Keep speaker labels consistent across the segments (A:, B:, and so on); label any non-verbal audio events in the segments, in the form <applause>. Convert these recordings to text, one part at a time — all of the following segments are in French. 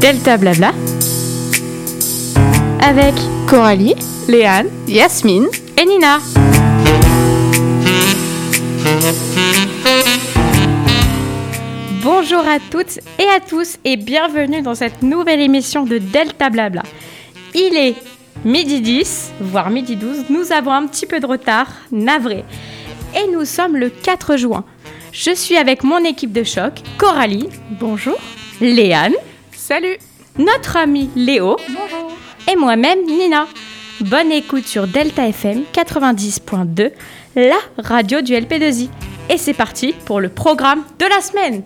A: Delta Blabla avec Coralie, Léane, Yasmine et Nina. Bonjour à toutes et à tous et bienvenue dans cette nouvelle émission de Delta Blabla. Il est midi 10, voire midi 12, nous avons un petit peu de retard, navré. Et nous sommes le 4 juin. Je suis avec mon équipe de choc, Coralie, bonjour, Léane,
B: Salut
A: notre ami Léo
B: Bonjour
A: et moi-même Nina. Bonne écoute sur Delta FM 90.2, la radio du LP2I. Et c'est parti pour le programme de la semaine.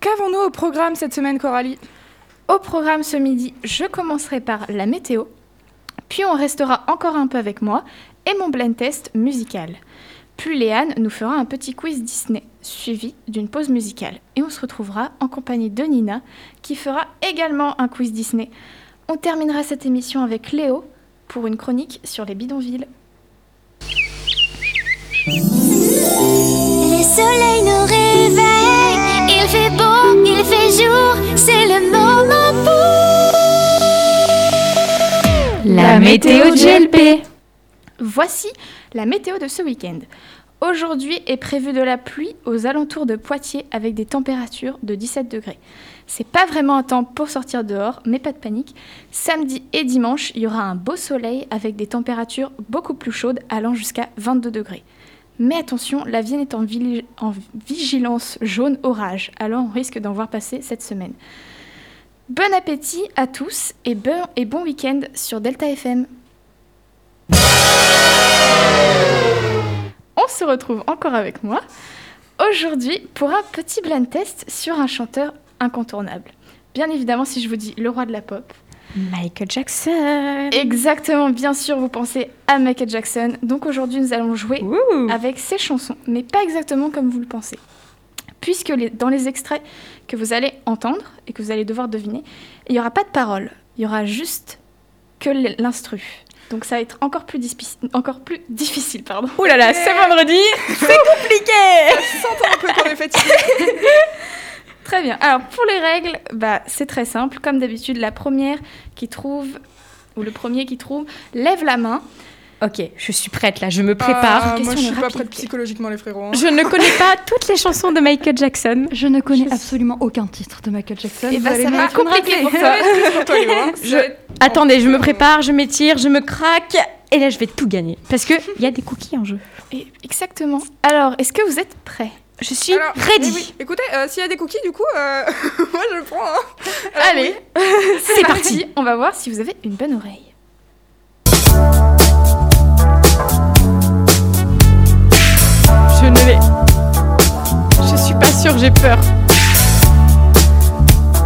B: Qu'avons-nous au programme cette semaine, Coralie
C: Au programme ce midi, je commencerai par la météo, puis on restera encore un peu avec moi et mon blend test musical. Puis Léane nous fera un petit quiz Disney, suivi d'une pause musicale. Et on se retrouvera en compagnie de Nina, qui fera également un quiz Disney. On terminera cette émission avec Léo pour une chronique sur les bidonvilles.
D: Le soleil nous réveille, il fait beau, il fait jour, c'est le moment pour
A: La météo du LP.
C: Voici la météo de ce week-end. Aujourd'hui est prévu de la pluie aux alentours de Poitiers avec des températures de 17 degrés. C'est pas vraiment un temps pour sortir dehors, mais pas de panique. Samedi et dimanche, il y aura un beau soleil avec des températures beaucoup plus chaudes allant jusqu'à 22 degrés. Mais attention, la Vienne est en, vili- en vigilance jaune orage, alors on risque d'en voir passer cette semaine. Bon appétit à tous et bon, et bon week-end sur Delta FM. On se retrouve encore avec moi aujourd'hui pour un petit blind test sur un chanteur incontournable. Bien évidemment, si je vous dis le roi de la pop.
A: Michael Jackson.
C: Exactement, bien sûr, vous pensez à Michael Jackson. Donc aujourd'hui, nous allons jouer
A: Ouh.
C: avec ses chansons, mais pas exactement comme vous le pensez. Puisque les- dans les extraits que vous allez entendre et que vous allez devoir deviner, il n'y aura pas de paroles, il y aura juste que l- l'instru. Donc ça va être encore plus, dispi- encore plus difficile. Pardon.
A: Ouh là là, c'est vendredi, c'est compliqué.
B: T'entends un peu qu'on est fatigué
C: Très bien. Alors pour les règles, bah, c'est très simple. Comme d'habitude, la première qui trouve, ou le premier qui trouve, lève la main.
A: Ok, je suis prête là, je me prépare.
B: Ah, Moi,
C: Question
B: je suis
C: rapide.
B: pas prête psychologiquement, les frérots. hein.
A: Je ne connais pas toutes les chansons de Michael Jackson.
E: Je ne connais
C: Je sais.
E: absolument aucun titre de Michael Jackson.
C: Et
E: vous
C: bah,
E: allez
C: ça
E: me
C: va
E: le
C: être compliqué pour
B: Ça <laughs>
C: toi.
B: va être triste pour toi, Léo, hein.
A: Je- Attendez, je me prépare, je m'étire, je me craque. Et là, je vais tout gagner. Parce qu'il y a des cookies en jeu.
C: Et- exactement. Alors, est-ce que vous êtes prêts
A: Je suis
B: Alors,
A: ready.
B: mais oui, Écoutez, euh, s'il y a des cookies, du coup, euh, <laughs> moi, je le prends. hein.
C: Allez,
A: c'est parti.
C: parti. On va voir si vous avez une bonne oreille.
A: Je ne l'ai. Je suis pas sûre, j'ai peur.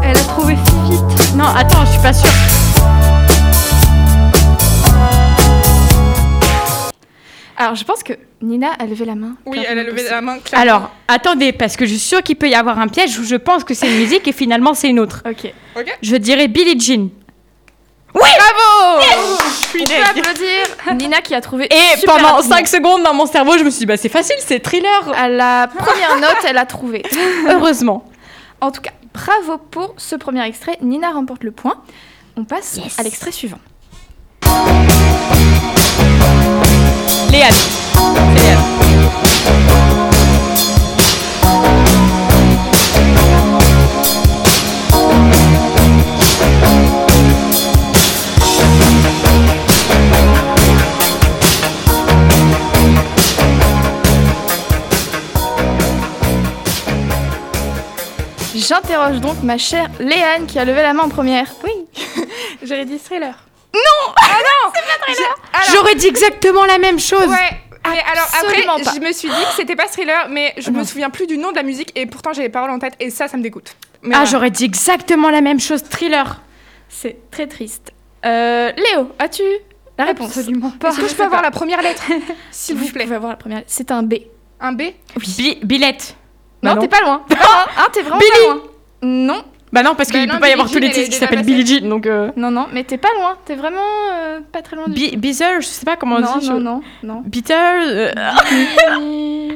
E: Elle a trouvé vite.
A: Non, attends, je suis pas sûre.
C: Alors, je pense que Nina a levé la main.
B: Oui, elle a levé la main. clairement.
A: Alors, attendez, parce que je suis sûre qu'il peut y avoir un piège où je pense que c'est une musique et finalement c'est une autre.
C: Ok.
A: Je dirais Billie Jean.
C: Bravo
B: je suis
C: On peut
B: deg.
C: applaudir Nina qui a trouvé.
A: Et
C: super
A: pendant
C: rapidement.
A: 5 secondes dans mon cerveau, je me suis dit, bah c'est facile, c'est thriller.
C: À la première note, elle a trouvé.
A: Heureusement.
C: En tout cas, bravo pour ce premier extrait. Nina remporte le point. On passe
A: Yes.
C: à l'extrait suivant.
A: Léane. C'est Léane.
C: J'interroge donc ma chère Léane qui a levé la main en première. Oui, <laughs> j'aurais dit thriller. Ah
B: Alors-
A: J'aurais dit exactement la même chose.
B: Ouais. Mais alors après,
C: Absolument pas.
B: je me suis dit que c'était pas thriller, mais je me souviens plus du nom de la musique et pourtant j'ai les paroles en tête et ça, ça me dégoûte. Mais
A: Ah,
B: voilà.
A: j'aurais dit exactement la même chose, thriller.
C: C'est très triste. Euh, Léo, as-tu la réponse
E: Absolument pas.
B: Est-ce que je peux avoir la première lettre S'il vous plaît.
C: pouvez avoir la première. C'est un B.
B: Un B Euh,
A: Bi- Billette. Bah
C: non,
A: non.
C: t'es pas loin. Ah, ah, t'es vraiment
A: Billy.
C: pas loin. Non,
A: Bah non, parce
B: Bah
A: qu'il
B: non,
A: peut pas y avoir tous
B: Billie
A: les
B: Jean,
A: titres
B: elle est
A: qui
B: déjà
A: s'appellent
B: passée.
A: Billie Jean, donc. Euh...
C: non, non, mais t'es pas loin. T'es vraiment euh, pas très loin du.
A: Bi- Beezer, euh, je sais pas comment on
C: non,
A: dit.
C: non,
A: je-
C: non, non.
A: Peter. euh,
C: <laughs>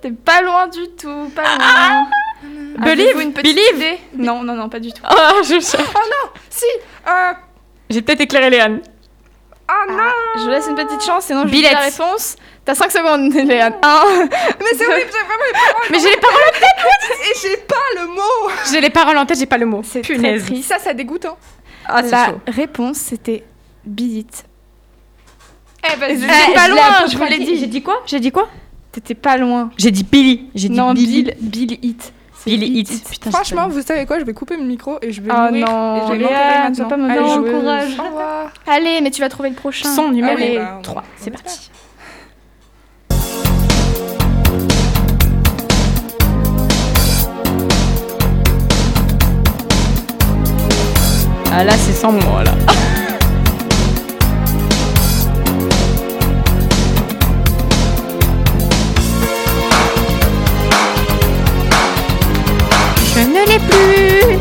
C: T'es pas loin du tout, pas loin. Ah. Avez-vous
A: Believe,
C: une petite
A: believe.
C: idée Non, non, non, pas du tout.
A: <laughs> Oh, je cherche.
B: Si euh,
A: J'ai peut-être éclairé Léane.
B: Ah non
C: Je vous laisse une petite chance, sinon je vous dis
A: Billette.
C: la réponse. T'as 5 secondes, <laughs> Léane. Un.
B: Mais c'est horrible, j'ai vraiment les paroles
A: Mais j'ai les paroles,
B: et j'ai pas le mot
A: j'ai les paroles en tête, j'ai pas le mot.
C: C'est très
A: Punaise.
C: triste.
B: Ça, ça dégoûte, hein
A: Ah, c'est
C: La
A: chaud.
C: réponse, c'était Billette.
B: Eh ben,
C: je
B: je
A: Eh,
C: suis pas
A: je l'ai
C: loin,
A: à peu
C: je vous
A: près
C: l'ai
A: dit.
C: dit.
A: J'ai dit quoi J'ai dit quoi
C: T'étais pas loin.
A: J'ai dit Billy. J'ai dit
C: Non,
A: Billy.
C: Bill, Bill Hit. C'est
A: Billy
C: Bill
A: Hit.
C: Hit.
E: Putain,
B: Franchement, vous savez quoi Je vais couper mon micro et je vais
C: Ah
B: mourir.
C: non,
B: et je vais
C: Léa,
B: m'enterrer
C: sois
B: maintenant.
C: pas
B: Allez,
C: mauvaise.
B: je-
E: Non, courage.
B: Au revoir.
C: Allez, mais tu vas trouver le prochain.
A: Son numéro
B: Ah oui,
C: Allez,
B: bah, on-
A: 3. C'est
B: on espère.
A: parti. Ah là, c'est sans moi là.
D: Je ne l'ai plus.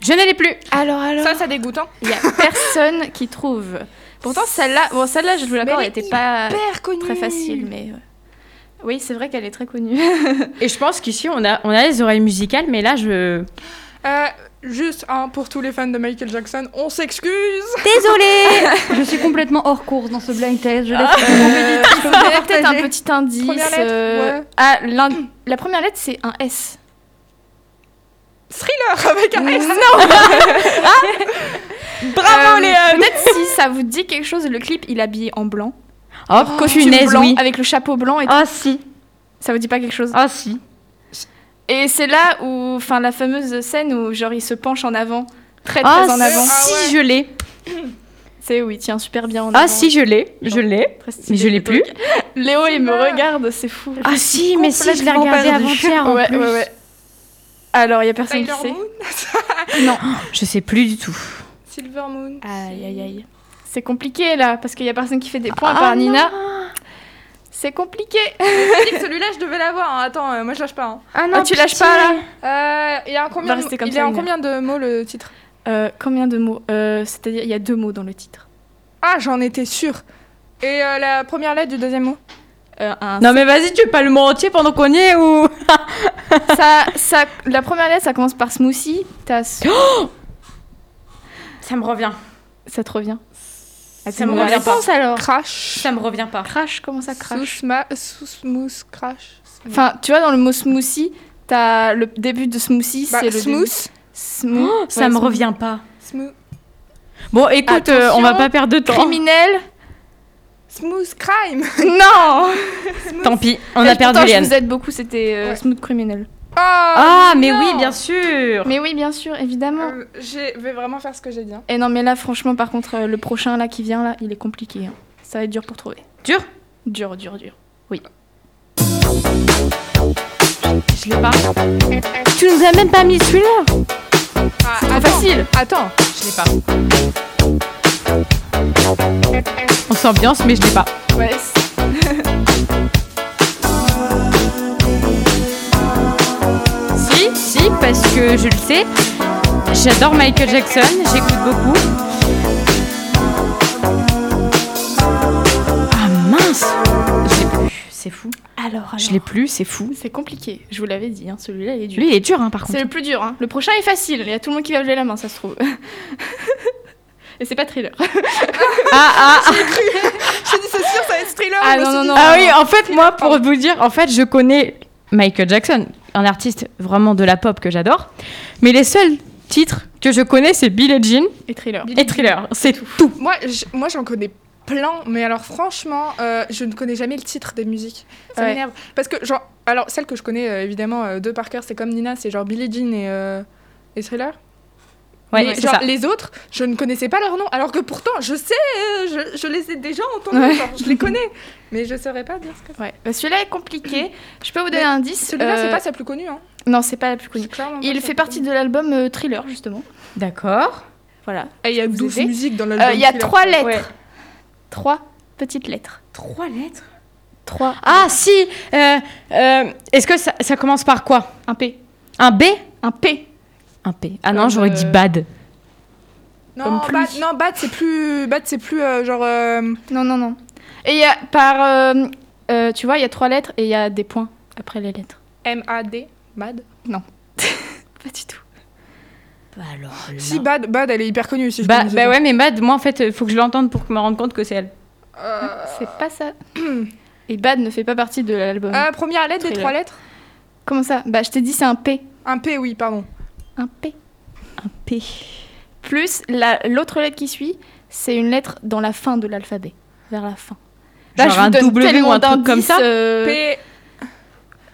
A: Je ne l'ai plus.
C: Alors, alors.
B: Ça, ça dégoûte, hein
C: Il y a personne qui trouve. Pourtant, celle-là, bon, celle-là, je vous l'accorde, elle
B: Mais elle
C: était
B: est
C: pas
B: Hyper connu
C: très facile, mais. euh, Oui, c'est vrai qu'elle est très connue.
A: Et je pense qu'ici, on a, on a les oreilles musicales, mais là, je.
B: Euh, juste, hein, pour tous les fans de Michael Jackson, on s'excuse
A: Désolée
E: Je suis complètement hors course dans ce blind test. Je laisse
C: Je <laughs> peux vous donner peut-être un
E: partager.
C: petit indice.
B: Première lettre, ouais.
C: ah, l'un- la première lettre, c'est un S.
B: Thriller avec un S
A: Bravo,
C: Euh,
A: Léon
C: Peut-être si ça vous dit quelque chose, le clip, il est habillé en blanc.
A: Hop,
C: Costume
A: punaise,
C: blanc,
A: oui.
C: Avec le chapeau blanc et tout.
A: Oh, Ah si,
C: Ça vous dit pas quelque chose
A: ah si.
C: Et c'est là où, enfin, la fameuse scène où, genre, il se penche en avant. Très, très
A: Ah
C: en avant.
B: Ah
A: si,
B: ouais.
A: je l'ai.
C: C'est oui, tiens, super bien en avant.
A: Ah si, je l'ai, je l'ai.
C: Très stylé,
A: Mais je l'ai
C: le
A: plus.
C: truc. Léo, il me regarde, c'est fou.
A: Ah si, mais si, je l'ai
E: complètement
A: regardé
E: perdue.
A: avant-hier Ah, en
C: ouais,
A: plus.
C: ouais, ouais. Alors, il y a personne
B: Tiger
C: qui sait.
B: Moon
A: Je sais plus du tout.
B: Silver Moon
C: Aïe, aïe, aïe. C'est compliqué là, parce qu'il y a personne qui fait des
A: Ah
C: points à
E: Ah
C: part Nina. C'est compliqué.
B: Je dis que celui-là, je devais l'avoir, hein. attends, euh, moi je lâche pas. hein.
A: Ah
C: non, tu lâches pas, là.
B: Euh, il est en combien,
C: Va rester comme
B: il
C: ça,
B: est en
C: Nina.
B: combien de mots le titre
C: Euh, combien de mots Euh, C'est-à-dire, il y a deux mots dans le titre.
B: Ah, j'en étais sûre Et euh, la première lettre du deuxième mot
C: Euh, un-
A: Non mais vas-y, tu veux pas le mot entier pendant qu'on y est ou
C: <laughs> ça, ça, la première lettre, ça commence par smoothie. T'as s-
A: Oh Ça me revient.
C: ça te revient
A: Ça
C: Dis-moi
A: me
C: la
A: revient pas.
C: réponse, alors.
B: Crash.
A: Ça me revient pas.
C: Crash, comment Oh. ça crash
B: Sousma- Sousmousse, crash.
C: Enfin, tu vois, dans le mot smoothie, t'as le début de smoothie,
B: Bah,
C: c'est le début.
B: smooth.
C: Smooth.
A: Oh, Ça
C: Ouais,
A: me
C: smooth.
A: revient pas.
B: Smooth.
A: Bon, écoute, euh, on va
C: Attention,
A: pas perdre de temps.
C: Criminel
B: Smooth crime. Oh.
C: Non
A: Tant pis, on
C: Et
A: a perdu
C: pourtant, je
A: Léane.
C: vous aide beaucoup, c'était euh,
B: Ouais.
C: smooth criminel.
A: Ah, mais
B: non.
A: oui, bien sûr.
C: Mais oui, bien sûr, évidemment.
B: Euh, je vais vraiment faire ce que j'ai dit. hein.
C: Et non, mais là, franchement, par contre, euh, le prochain là qui vient là, il est compliqué. hein. Ça va être dur pour trouver.
A: Dur
C: Dur, dur, dur.
A: Je l'ai pas. Tu nous as même pas mis celui-là.
B: Ah,
C: Trop facile.
B: Attends.
A: Je l'ai pas. On s'ambiance, mais je l'ai pas.
C: Ouais.
A: Si, si, parce que je le sais. J'adore Michael Jackson, j'écoute beaucoup. Ah mince Je l'ai plus, c'est fou.
C: Alors,
A: Je l'ai plus, c'est fou.
C: C'est compliqué. Je vous l'avais dit, hein, celui-là, il est dur.
A: Lui, il est dur, hein, par
C: C'est
A: contre.
C: le plus dur. Hein. Le prochain est facile. Il y a tout le monde qui va lever la main, ça se trouve. <laughs> Et c'est pas thriller.
A: Ah, ah, ah,
B: J'ai dit c'est sûr, ça va être thriller.
C: Ah,
B: je me
C: non,
B: suis
C: non,
B: dit-
C: non.
A: ah oui, en fait, moi, pour vous dire, en fait, je connais Michael Jackson, un artiste vraiment de la pop que j'adore. Mais les seuls titres que je connais, c'est Billie Jean
C: Et thriller.
A: et Thriller. C'est tout.
B: Moi, je- moi, j'en connais plein, mais alors franchement, euh, je ne connais jamais le titre des musiques. Ça
C: Ouais.
B: m'énerve. Parce que, genre, alors, celle que je connais euh, évidemment euh, deux par cœur, c'est comme Nina, c'est genre Billie Jean et, euh, et Thriller.
A: Ouais,
B: Mais
A: c'est
B: genre,
A: ça.
B: les autres, je ne connaissais pas leur nom, alors que pourtant, je sais, euh, je, je les ai déjà entendus,
C: Ouais.
B: genre, je les connais, mais je saurais pas dire ce que c'est.
C: Ouais. Bah, celui-là est compliqué. Je peux vous donner
B: Mais
C: un indice.
B: Celui-là, c'est
C: euh,
B: pas sa plus connue, hein.
C: Non, c'est pas Ah, la plus connue.
B: C'est clairement pas
C: Il
B: sa
C: fait
B: plus
C: partie de l'album euh, Thriller, justement.
A: D'accord.
C: Voilà.
B: connue. Eh, Il y a
C: Vous
B: 12
C: aidez
B: musiques dans
C: Euh, Il
B: l'album.
C: y a
B: Thriller.
C: trois lettres.
A: Ouais.
C: Trois petites lettres.
A: Trois lettres
C: Trois.
A: Ah si euh, euh, Est-ce que ça, ça commence par quoi
C: Un P.
A: Un B
C: Un P.
A: Un P. Ah non,
B: Comme,
A: j'aurais dit
B: euh,
A: bad.
B: Non,
C: Comme pluie.
B: Bad, non, Bad, c'est plus, Bad, c'est plus euh, genre. euh,
C: Non, non, non. Et il y a par. euh, euh, tu vois, il y a trois lettres et il y a des points après les lettres.
B: M-A-D, Bad.
C: Pas du tout.
A: alors.
B: Si, Bad, Bad, elle est hyper connue aussi. je
A: Bah,
B: connais
A: bah
B: ça.
A: ouais, mais Bad, moi en fait, euh, faut que je l'entende pour que je me rende compte que c'est elle.
B: Euh,
C: C'est pas <clears throat> ça. et Bad ne fait pas partie de l'album.
B: euh, première lettre des
C: Thriller.
B: trois lettres
C: Comment ça Bah, je t'ai dit, c'est un P.
B: Un P, oui, pardon.
C: Un P.
A: Un P.
C: Plus la- l'autre lettre qui suit, c'est une lettre dans la fin de l'alphabet. Vers la fin. Bah,
A: Genre un W ou un
C: tellement
A: truc comme
C: d'indices,
A: ça
C: euh,
B: P.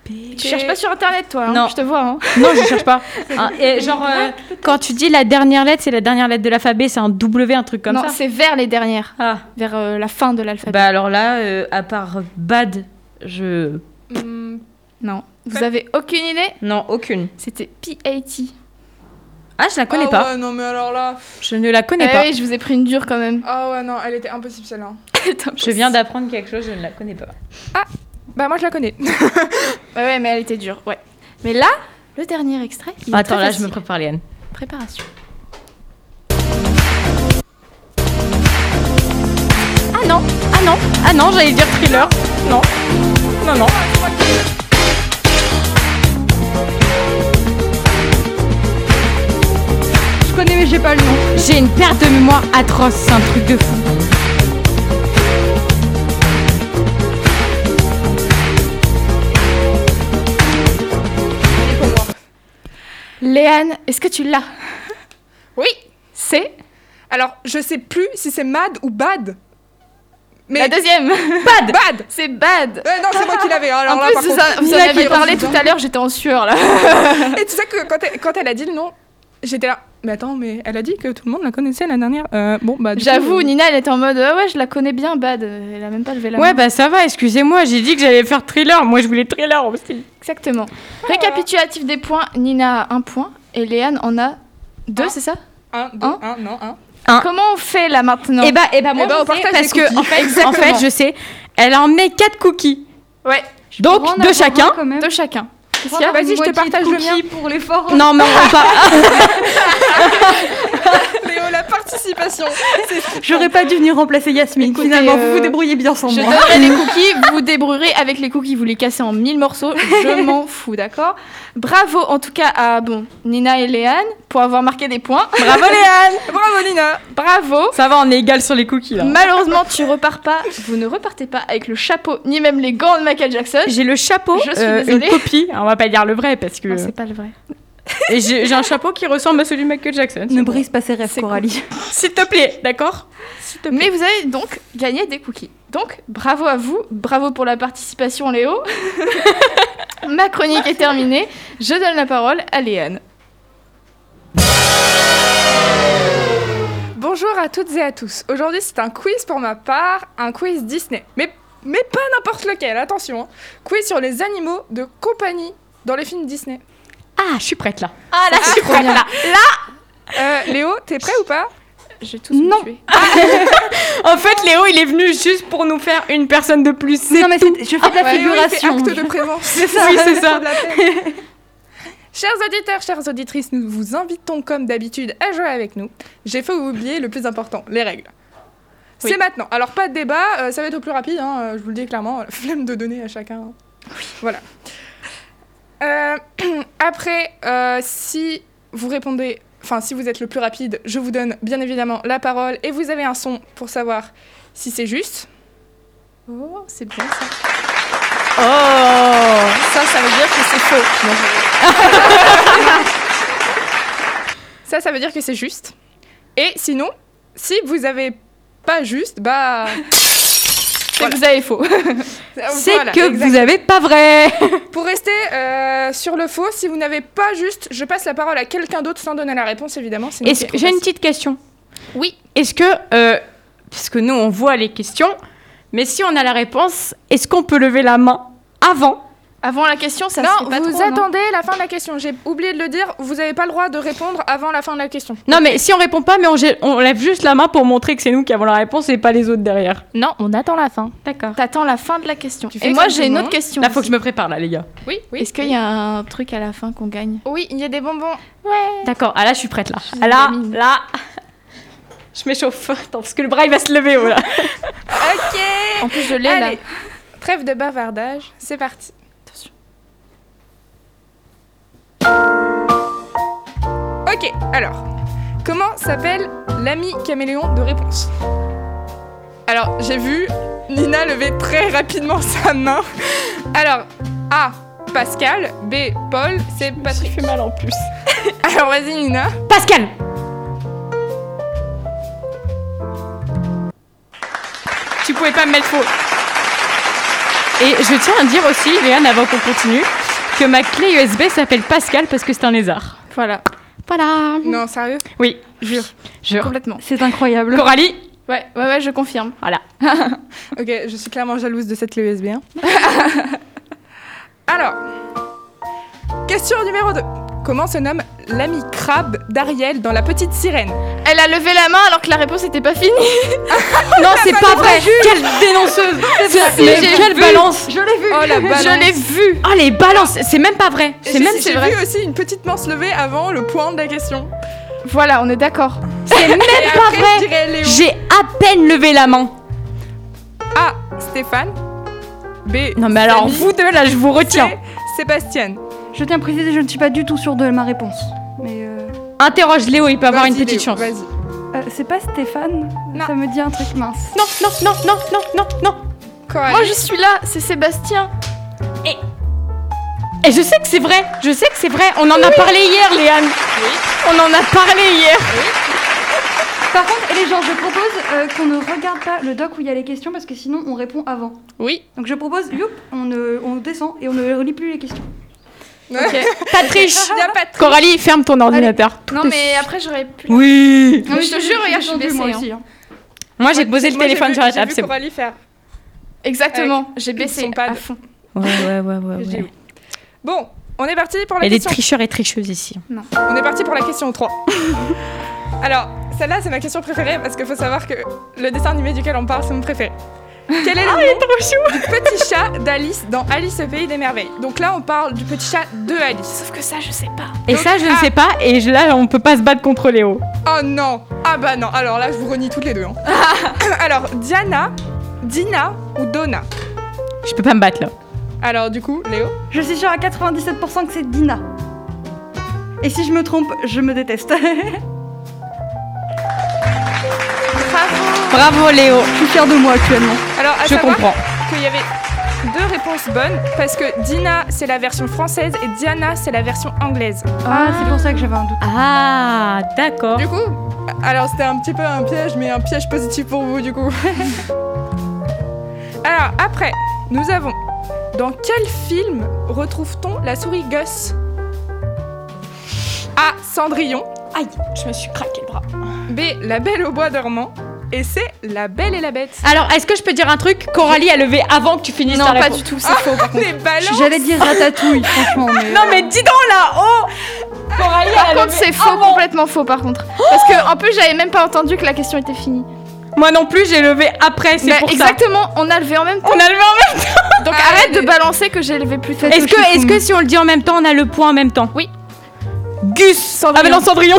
C: Tu cherches pas sur internet, toi. hein,
A: Non.
C: Je te vois. hein.
A: Non, je cherche
C: <laughs>
A: pas. Un- et genre, euh, quand tu dis la dernière lettre, c'est la dernière lettre de l'alphabet, c'est un W, un truc comme
C: non,
A: ça.
C: c'est vers les dernières.
A: Ah.
C: Vers euh, la fin de l'alphabet.
A: Bah alors là, euh, à part Bad, je.
B: Hmm,
C: Non. Vous avez aucune idée
A: Non, aucune.
C: C'était P.A.T.
A: Ah, je la connais
B: ah
A: pas.
B: ouais, Eh non, mais alors là.
A: Je ne la connais
C: Ah
A: pas.
C: oui, je vous ai pris une dure quand même. <laughs>
B: Ah ouais, non, elle était impossible celle-là.
A: Je viens d'apprendre quelque chose, je ne la connais pas.
B: Bah, moi, je la connais.
C: Ouais, ouais, mais elle était dure, ouais. Mais là, le dernier extrait. Il est
A: Attends,
C: très
A: là, je
C: facile.
A: me prépare, Liane.
C: Préparation.
A: Ah non, ah non, ah non, j'allais dire thriller. Non, non, non.
E: Je connais, mais j'ai pas le nom.
A: J'ai une perte de mémoire atroce, c'est un truc de fou.
C: Léane, est-ce que tu l'as
B: <laughs> Oui
C: C'est
B: Alors, je sais plus si c'est Mad ou Bad. Mais
C: la deuxième. <laughs>
B: Bad Bad
C: C'est bad.
B: Euh, Non, c'est moi qui l'avais. Alors
C: en
B: là,
C: plus,
B: par
C: vous,
B: contre.
C: en- vous en
B: Mila
C: avez
B: qui-
C: parlé tout à l'heure, j'étais en sueur là.
B: Et tu sais que quand elle, quand elle a dit le nom, j'étais là. Mais attends, mais elle a dit que tout le monde la connaissait la dernière. Euh, bon, bah. <laughs> du coup,
C: J'avoue,
B: euh,
C: Nina, elle était en mode ah ouais, je la connais bien, bad. Elle a même pas levé la
A: Ouais,
C: main.
A: bah ça va, excusez-moi, j'ai dit que j'allais faire thriller. Moi, je voulais thriller aussi.
B: bah.
C: Exactement.
B: Ah.
C: Récapitulatif des points. Nina a un point et Léane en a deux,
B: Un.
C: c'est ça
B: Un, deux,
C: Hein
B: un, non, un.
A: Un.
C: Comment on fait là maintenant
A: Et bah, et bah, moi,
B: Ah. Eh bah,
A: je
B: on
A: sais,
B: partage
A: parce
B: les
A: que, en
B: cookies.
A: <laughs> fait, en fait, je sais, elle a emmené 4 cookies.
C: Ouais,
A: Donc,
E: Pour en
A: de
E: avoir un,
A: chacun.
E: quand même.
C: de chacun.
E: Pour avoir
B: Vas-y,
E: une
B: je te
E: moitié de
B: partage le
E: cookies pour l'effort.
A: Non, mais on va pas.
B: Léo,
C: <laughs>
B: la participation.
E: J'aurais pas dû venir remplacer Yasmine.
C: Écoutez,
E: Finalement, vous
C: euh,
E: vous débrouillez bien sans
C: Je
E: moi.
C: donnerai les cookies, vous vous débrouillerez avec les cookies, vous les cassez en mille morceaux, je m'en fous, d'accord Bravo en tout cas à bon, Nina et Léane pour avoir marqué des points.
A: Bravo, Léane
B: Bravo, Nina.
A: <laughs>
C: Bravo
A: Ça va, on est égal sur les cookies là.
C: Malheureusement, tu repars pas, vous ne repartez pas avec le chapeau ni même les gants de Michael Jackson.
A: J'ai le chapeau,
C: Je suis
A: euh, une
C: désolée.
A: copie, on va pas dire le vrai parce que.
C: Non, c'est pas le vrai.
A: Et j'ai j'ai un chapeau qui ressemble à celui de Michael Jackson.
E: Ne brise pas ses rêves,
C: C'est
E: Coralie.
A: S'il te plaît, d'accord
C: Mais vous avez donc gagné des cookies. Donc, bravo à vous, bravo pour la participation Léo. Ma chronique est terminée, je donne la parole à Léane.
B: Bonjour à toutes et à tous. Aujourd'hui, c'est un quiz pour ma part, un quiz Disney. Mais, mais pas n'importe lequel, attention. hein. Quiz sur les animaux de compagnie dans les films Disney.
A: Ah, je suis prête là.
C: Ah là, c'est trop bien.
B: Euh, Léo, t'es prêt ou pas
C: J'ai tous me
E: Non.
C: tuer.
A: En fait, Léo, il est venu juste pour nous faire une personne de plus. c'est
E: Non, mais
A: tout.
E: c'est- je fais de la
B: Ouais, Léo, il fait
E: figuration.
B: acte de
E: <laughs>
B: présence. c'est
A: ça. Oui, c'est ça.
B: <laughs> Chers auditeurs, chères auditrices, nous vous invitons comme d'habitude à jouer avec nous. J'ai fait oublier le plus important, les règles. C'est maintenant. Alors pas de débat, euh, ça va être au plus rapide, hein, euh, je vous le dis clairement, flemme de donner à chacun. Voilà. Euh, <clears throat> après, euh, si vous répondez, enfin si vous êtes le plus rapide, je vous donne bien évidemment la parole et vous avez un son pour savoir si c'est juste.
C: Oh, c'est bien ça.
A: Oh
B: Ça, ça veut dire que c'est faux. <laughs> ça, ça veut dire que c'est juste. Et sinon, si vous avez pas juste, bah.
C: C'est que vous avez faux.
A: C'est
B: <laughs> voilà,
A: que
B: exact.
A: vous avez pas vrai
B: <laughs> Pour rester euh, sur le faux, si vous n'avez pas juste, je passe la parole à quelqu'un d'autre sans donner la réponse, évidemment. sinon
A: Est-ce
B: c'est
A: que-
B: trop
A: J'ai une
B: facile.
A: petite question.
C: Oui.
A: Est-ce que. euh, parce que nous, on voit les questions, mais si on a la réponse, est-ce qu'on peut lever la main avant
C: Avant la question, ça se
B: non,
C: fait pas
B: vous
C: trop, non
B: attendez la fin de la question. J'ai oublié de le dire. Vous n'avez pas le droit de répondre avant la fin de la question.
A: Non, mais si on répond pas, mais on, gê- on lève juste la main pour montrer que c'est nous qui avons la réponse et pas les autres derrière.
C: Non, on attend la fin.
A: D'accord.
C: T'attends la fin de la question.
B: Tu fais
C: Et moi,
B: comme tout
C: j'ai
B: le
C: une autre
B: monde.
C: question.
A: Là, faut que
C: aussi.
A: je me prépare, là, les gars.
B: Oui, oui.
C: Est-ce qu'il y a un truc à la fin qu'on gagne
B: Oui, il y a des bonbons.
A: D'accord, ah là, je suis prête, là.
C: suis
A: Ah là,
C: gamine.
A: là. Je m'échauffe. Attends, parce que le bras, il va se lever, <laughs> oh là.
B: Ok.
C: En plus, je l'ai là.
B: Allez, trêve de bavardage. C'est parti.
C: Attention.
B: Ok, alors, comment s'appelle l'ami caméléon de réponse Alors, j'ai vu Nina lever très rapidement <laughs> sa main. Alors, A, Pascal, B, Paul, C,
A: Ça
B: Patrick.
A: fait mal en plus.
B: Alors, vas-y, Nina.
A: Pascal Tu pouvais pas me mettre faux. Et je tiens à dire aussi, Léane, avant qu'on continue, que ma clé USB s'appelle Pascal parce que c'est un lézard.
C: Voilà,
A: Voilà.
B: Non, sérieux
A: Oui, jure. Jure.
C: complètement.
E: C'est incroyable.
A: Coralie
C: Ouais, ouais, ouais, je confirme.
A: Voilà.
B: Ok, je suis clairement jalouse de cette clé USB.
A: <laughs>
B: hein. Alors, question numéro 2. Comment se nomme l'ami crabe d'Ariel dans La Petite Sirène
C: Elle a levé la main alors que la réponse n'était pas finie.
A: Non, c'est pas vrai. Quelle dénonceuse.
C: Si,
A: Mais
C: j'ai
A: quelle
C: vu.
A: balance.
E: Je l'ai vu.
B: Oh la balance
C: Je l'ai vu.
A: Oh les balances, c'est même pas vrai. C'est
B: J'ai-
A: même
B: J'ai vu aussi une petite main se lever avant le point de la question.
C: <laughs> Voilà, on est d'accord.
A: c'est même
B: Et
A: pas
B: après, je
A: vrai.
B: dirais Léo.
A: J'ai à peine levé la main.
B: A. Stéphane. B.
A: Non mais alors
B: Samy.
A: vous deux là, je vous
B: C.
A: retiens.
B: Sébastien.
E: Je tiens à préciser, je ne suis pas du tout sûre de ma réponse. Mais euh,
A: Interroge Léo, il peut avoir une
B: Vas-y,
A: petite
B: Léo,
A: chance.
B: Vas-y.
E: euh, c'est pas Stéphane
B: Non.
E: Ça me dit un truc mince.
A: Non, non, non, non, non, non, non.
B: Coralie.
C: Moi, je suis là. C'est Sébastien.
A: Et je sais que c'est vrai, je sais que c'est vrai. On en a parlé hier, Léane. On en a parlé hier.
E: Par contre, et les gens, je propose euh, qu'on ne regarde pas le doc où il y a les questions parce que sinon on répond avant.
C: Oui.
E: Donc je propose, youp, on, ne- on descend et on ne relit plus les questions.
C: <laughs>
A: Pas de triche.
B: <laughs> <laughs> Il y a pas de triche.
A: Coralie, ferme ton ordinateur. Tout
C: Non,
A: est-
C: mais après, j'aurais pu.
A: Oui.
C: Non, mais je te jure, regarde, je suis
E: descendue,
C: baissée.
E: moi
C: hein.
E: aussi, hein.
A: Moi, j'ai posé le
B: Moi, j'ai
A: téléphone
B: vu-
A: sur la
B: j'ai
A: table,
B: vu
A: c'est bon.
B: Coralie faire.
C: Exactement. J'ai baissé
B: son pad.
C: à fond.
A: Ouais, ouais, ouais, ouais.
B: Je dis oui. Bon, on est parti pour la
A: Il y a des
B: question
A: tricheurs et tricheuses ici.
B: On est parti pour la question 3. <laughs> Alors, celle-là, c'est ma question préférée parce qu'il faut savoir que le dessin animé duquel on parle, c'est mon préféré. Quel
C: Ah,
B: est le nom du petit chat d'Alice dans Alice au pays des merveilles Donc là, on parle du petit chat de Alice.
C: Sauf que ça, Ah, je sais pas.
A: Et
B: Donc,
A: ça, je ne
B: ah.
A: sais pas. Et je- là, on peut pas se battre contre Léo.
B: Oh non Ah bah non Alors là, je vous renie toutes
C: <laughs>
B: les deux. hein. Alors, Diana, Dina ou Donna
A: Je peux pas me battre là.
B: Alors du coup, Léo
E: Je suis sûre à 97% que c'est Dina. Et si je me trompe, je me déteste. <laughs> je
A: Bravo Léo.
E: suis fière de moi actuellement.
B: Alors, à
A: Je
B: savoir
A: comprends.
B: qu'il y avait deux réponses bonnes parce que Dina, c'est la version française et Diana, c'est la version anglaise.
E: Ah, c'est pour ça que j'avais un doute.
A: Ah, d'accord.
B: Du coup, alors c'était un petit peu un piège, mais un piège positif pour vous du coup. <laughs> alors après, nous avons. Dans quel film retrouve-t-on la souris Gus A. Cendrillon.
A: Aïe, je me suis craqué le bras.
B: B. La Belle au bois dormant. Et C. La Belle et la Bête.
A: Alors, est-ce que je peux dire un truc Coralie a levé avant que tu finisses
C: Non,
A: ta
C: pas
A: réponse.
C: du tout. C'est faux.
A: <laughs>
C: par contre.
B: Les ballons
E: J'allais dire ratatouille, franchement. Mais...
A: Ah. Non, mais dis donc là, oh Coralie a
C: Par contre,
A: levé
C: c'est faux,
A: avant.
C: complètement faux, par contre. Parce que, en plus, j'avais même pas entendu que la question était finie.
A: Moi non plus, j'ai levé après, c'est
C: Bah,
A: pour
C: exactement, on a levé en même temps. Ah,
A: ça. On a levé en
C: Donc arrête de balancer que j'ai levé plus tôt.
A: même Est-ce que, est que si on le dit en même temps, on a le point en même temps
C: Oui.
A: Gus Ah, mais non, <laughs> Cendrillon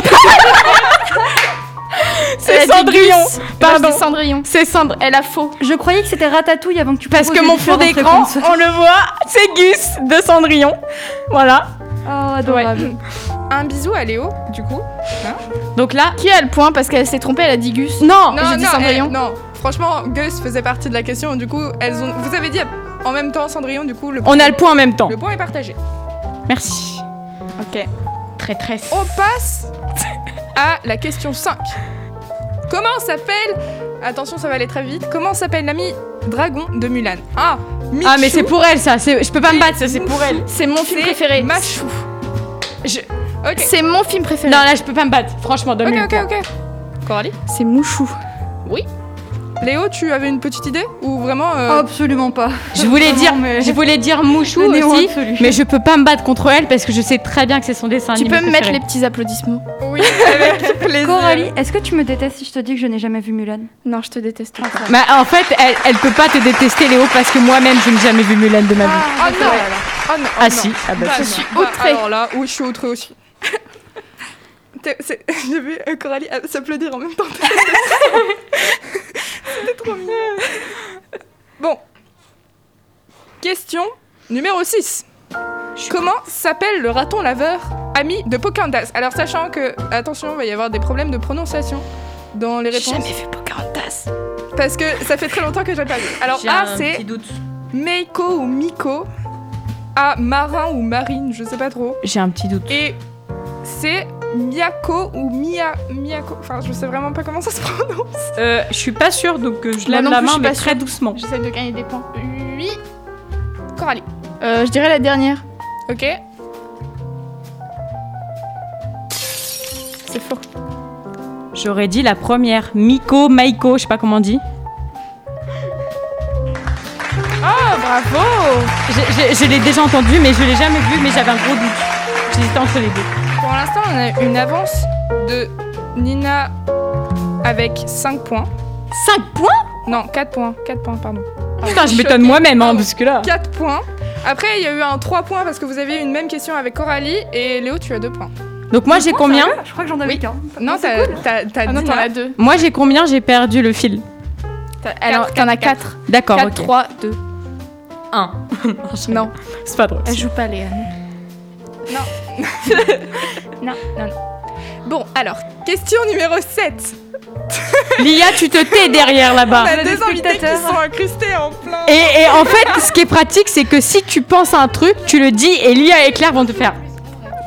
A: C'est
C: Elle a dit
A: Cendrillon
C: Gus. Pardon.
A: Pardon
C: Cendrillon.
A: C'est Cendrillon
C: Elle a faux.
E: Je croyais que c'était ratatouille avant que tu
A: Parce
E: proposes
A: que mon
E: une
A: fond
E: différente
A: d'écran,
E: réponse.
A: on le voit, c'est Gus de Cendrillon. Voilà.
E: Oh, adorable.
B: Un bisou à Léo, du coup.
C: Oh,
A: Donc là,
C: Qui a le point Parce qu'elle s'est trompée, elle a dit Gus.
A: non,
C: j'ai dit
B: eh,
C: Cendrillon.
B: non. Franchement, Gus faisait partie de la question, du coup, elles ont. Vous avez dit en même temps Cendrillon, du coup, le,
A: on a le point en même temps.
B: le point est partagé.
A: Merci.
C: Ok.
A: Traîtresse.
B: On passe à la question 5. Comment s'appelle Attention, ça va aller très vite. Comment s'appelle l'ami dragon de Mulan A. Michou.
A: Ah mais c'est pour elle ça, c'est- je peux pas me battre ça, c'est pour elle.
C: C'est mon film
B: C'est
C: préféré.
B: Machou.
A: Je-
B: Ok.
C: C'est mon film préféré.
A: Non là je peux pas me battre, franchement donne-moi
B: Ok,
A: le
B: ok,
A: point.
B: ok. Coralie
C: C'est Mouchou.
B: Léo, tu avais une petite idée Ou vraiment. euh,
E: Absolument pas.
A: Je voulais
E: Vraiment,
A: dire,
E: mais-
A: je voulais dire Mouchou
E: Le néant
A: aussi,
E: absolu.
A: mais je peux pas me battre contre elle parce que je sais très bien que c'est son dessin
C: Tu
A: animé
C: peux me mettre
A: préféré.
C: les petits applaudissements
A: Oh,
B: Oui,
A: <laughs>
B: avec plaisir.
E: Coralie,
A: euh,
E: est-ce que tu me détestes si je te dis que je n'ai jamais vu Mulan
C: Non, je te déteste. pas.
A: Bah, en fait, elle, elle peut pas te détester, Léo, parce que moi-même, je n'ai jamais vu Mulan de ma vie.
B: Oh non Oh non oh
A: Ah
B: non.
A: si, ah bah,
B: Bah
A: si.
B: non.
C: suis
B: Bah,
C: outrée.
B: alors là, oui, je suis outrée aussi. T'es- c'est- <laughs> J'ai vu euh, Coralie euh, s'applaudir en même <laughs> temps. C'était trop mignon. Bon. Question numéro 6. Comment s'appelle le raton laveur ami de Pocahontas Alors, sachant que, attention, il va y avoir des problèmes de prononciation dans les
C: J'ai
B: réponses.
C: jamais vu Pocahontas.
B: Parce que ça fait très longtemps que je l'ai pas vu. Alors, A, c'est
A: doute.
B: Meiko ou Miko A. Marin ou Marine, je sais pas trop.
A: J'ai un petit doute.
B: Et c'est Miyako ou Mia. Miyako. Enfin, je sais vraiment pas comment ça se prononce.
A: Euh, je suis pas sûre, donc euh, je
C: Moi
A: lève
C: non
A: la
C: plus, je
A: main,
C: suis
A: mais
C: pas
A: très doucement.
C: J'essaie de gagner des points.
B: Oui. Coralie.
C: Euh, je dirais la dernière.
B: Ok.
C: C'est faux.
A: J'aurais dit la première, Miko, Maiko, je sais pas comment on dit.
B: Oh, bravo
A: Je, je- je l'ai déjà entendu, mais je l'ai jamais vu, mais j'avais un gros doute. J'hésitais entre les deux.
B: Pour l'instant, on a une avance de Nina avec 5 points.
A: 5 points
B: Non, 4 points. 4 points, pardon.
A: Putain, je
B: suis
A: m'étonne
B: choquée.
A: moi-même, hein,
C: Ah
B: Pardon.
A: parce que là...
B: 4 points. Après, il y a eu un 3 points parce que vous avez eu une même question avec Coralie et Léo, tu as 2 points.
A: Donc moi, j'ai combien
E: Je crois que j'en avais qu'un.
B: Non, t'as t'as- t'as
C: Ah non, t'en
B: Nina.
C: as deux.
A: Moi, j'ai combien J'ai perdu le fil.
C: T'as- Alors, t'en as quatre.
A: D'accord,
C: Quatre,
A: ok.
C: trois, deux.
A: Un.
C: Non,
A: C'est pas drôle.
C: elle joue pas, Léane. <laughs>
E: Non, non, non.
B: Bon, alors, question numéro 7.
A: Lia, tu te tais derrière
C: <laughs>
B: On
A: là-bas.
B: a
E: des
B: des invités qui
E: spectateurs.
B: sont incrustés en plein.
A: Et, et en fait, ce qui est pratique, c'est que si tu penses à un truc, tu le dis et Lia et Claire vont te faire.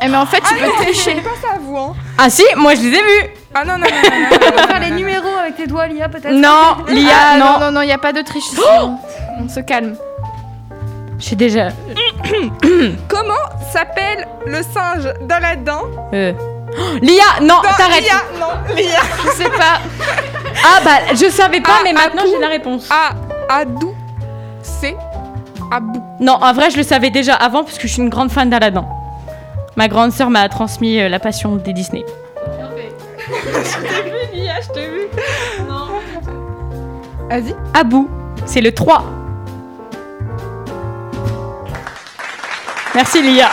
C: Eh, mais en fait, tu peux
B: C'est
C: tricher.
B: pas ça, vous, hein.
A: Ah si, moi je les ai vus.
B: Ah non, non, non, non, non, non,
E: Tu peux
B: non,
E: faire
B: non,
E: les
B: non.
E: numéros avec tes doigts, Lia, peut-être
A: Non, Lia,
C: Ah,
A: non.
C: non, Oh non, il n'y a pas de triche. ici, non. On se calme.
A: J'ai déjà.
B: Comment s'appelle le singe d'Aladin
A: euh. <gasps> Oh, Lia, non,
B: Non,
A: t'arrêtes.
B: Lia, non, Lia.
C: Je sais pas.
A: Ah bah, je savais pas,
B: Ah,
A: mais
B: à
A: maintenant
B: coup.
A: j'ai la réponse.
B: A. Adou. C. Abou.
A: Non, en vrai, je le savais déjà avant parce que je suis une grande fan d'Aladin. Ma grande sœur m'a transmis euh, la passion des Disney.
B: Vas-y.
A: Abou, c'est le 3. Merci Lia.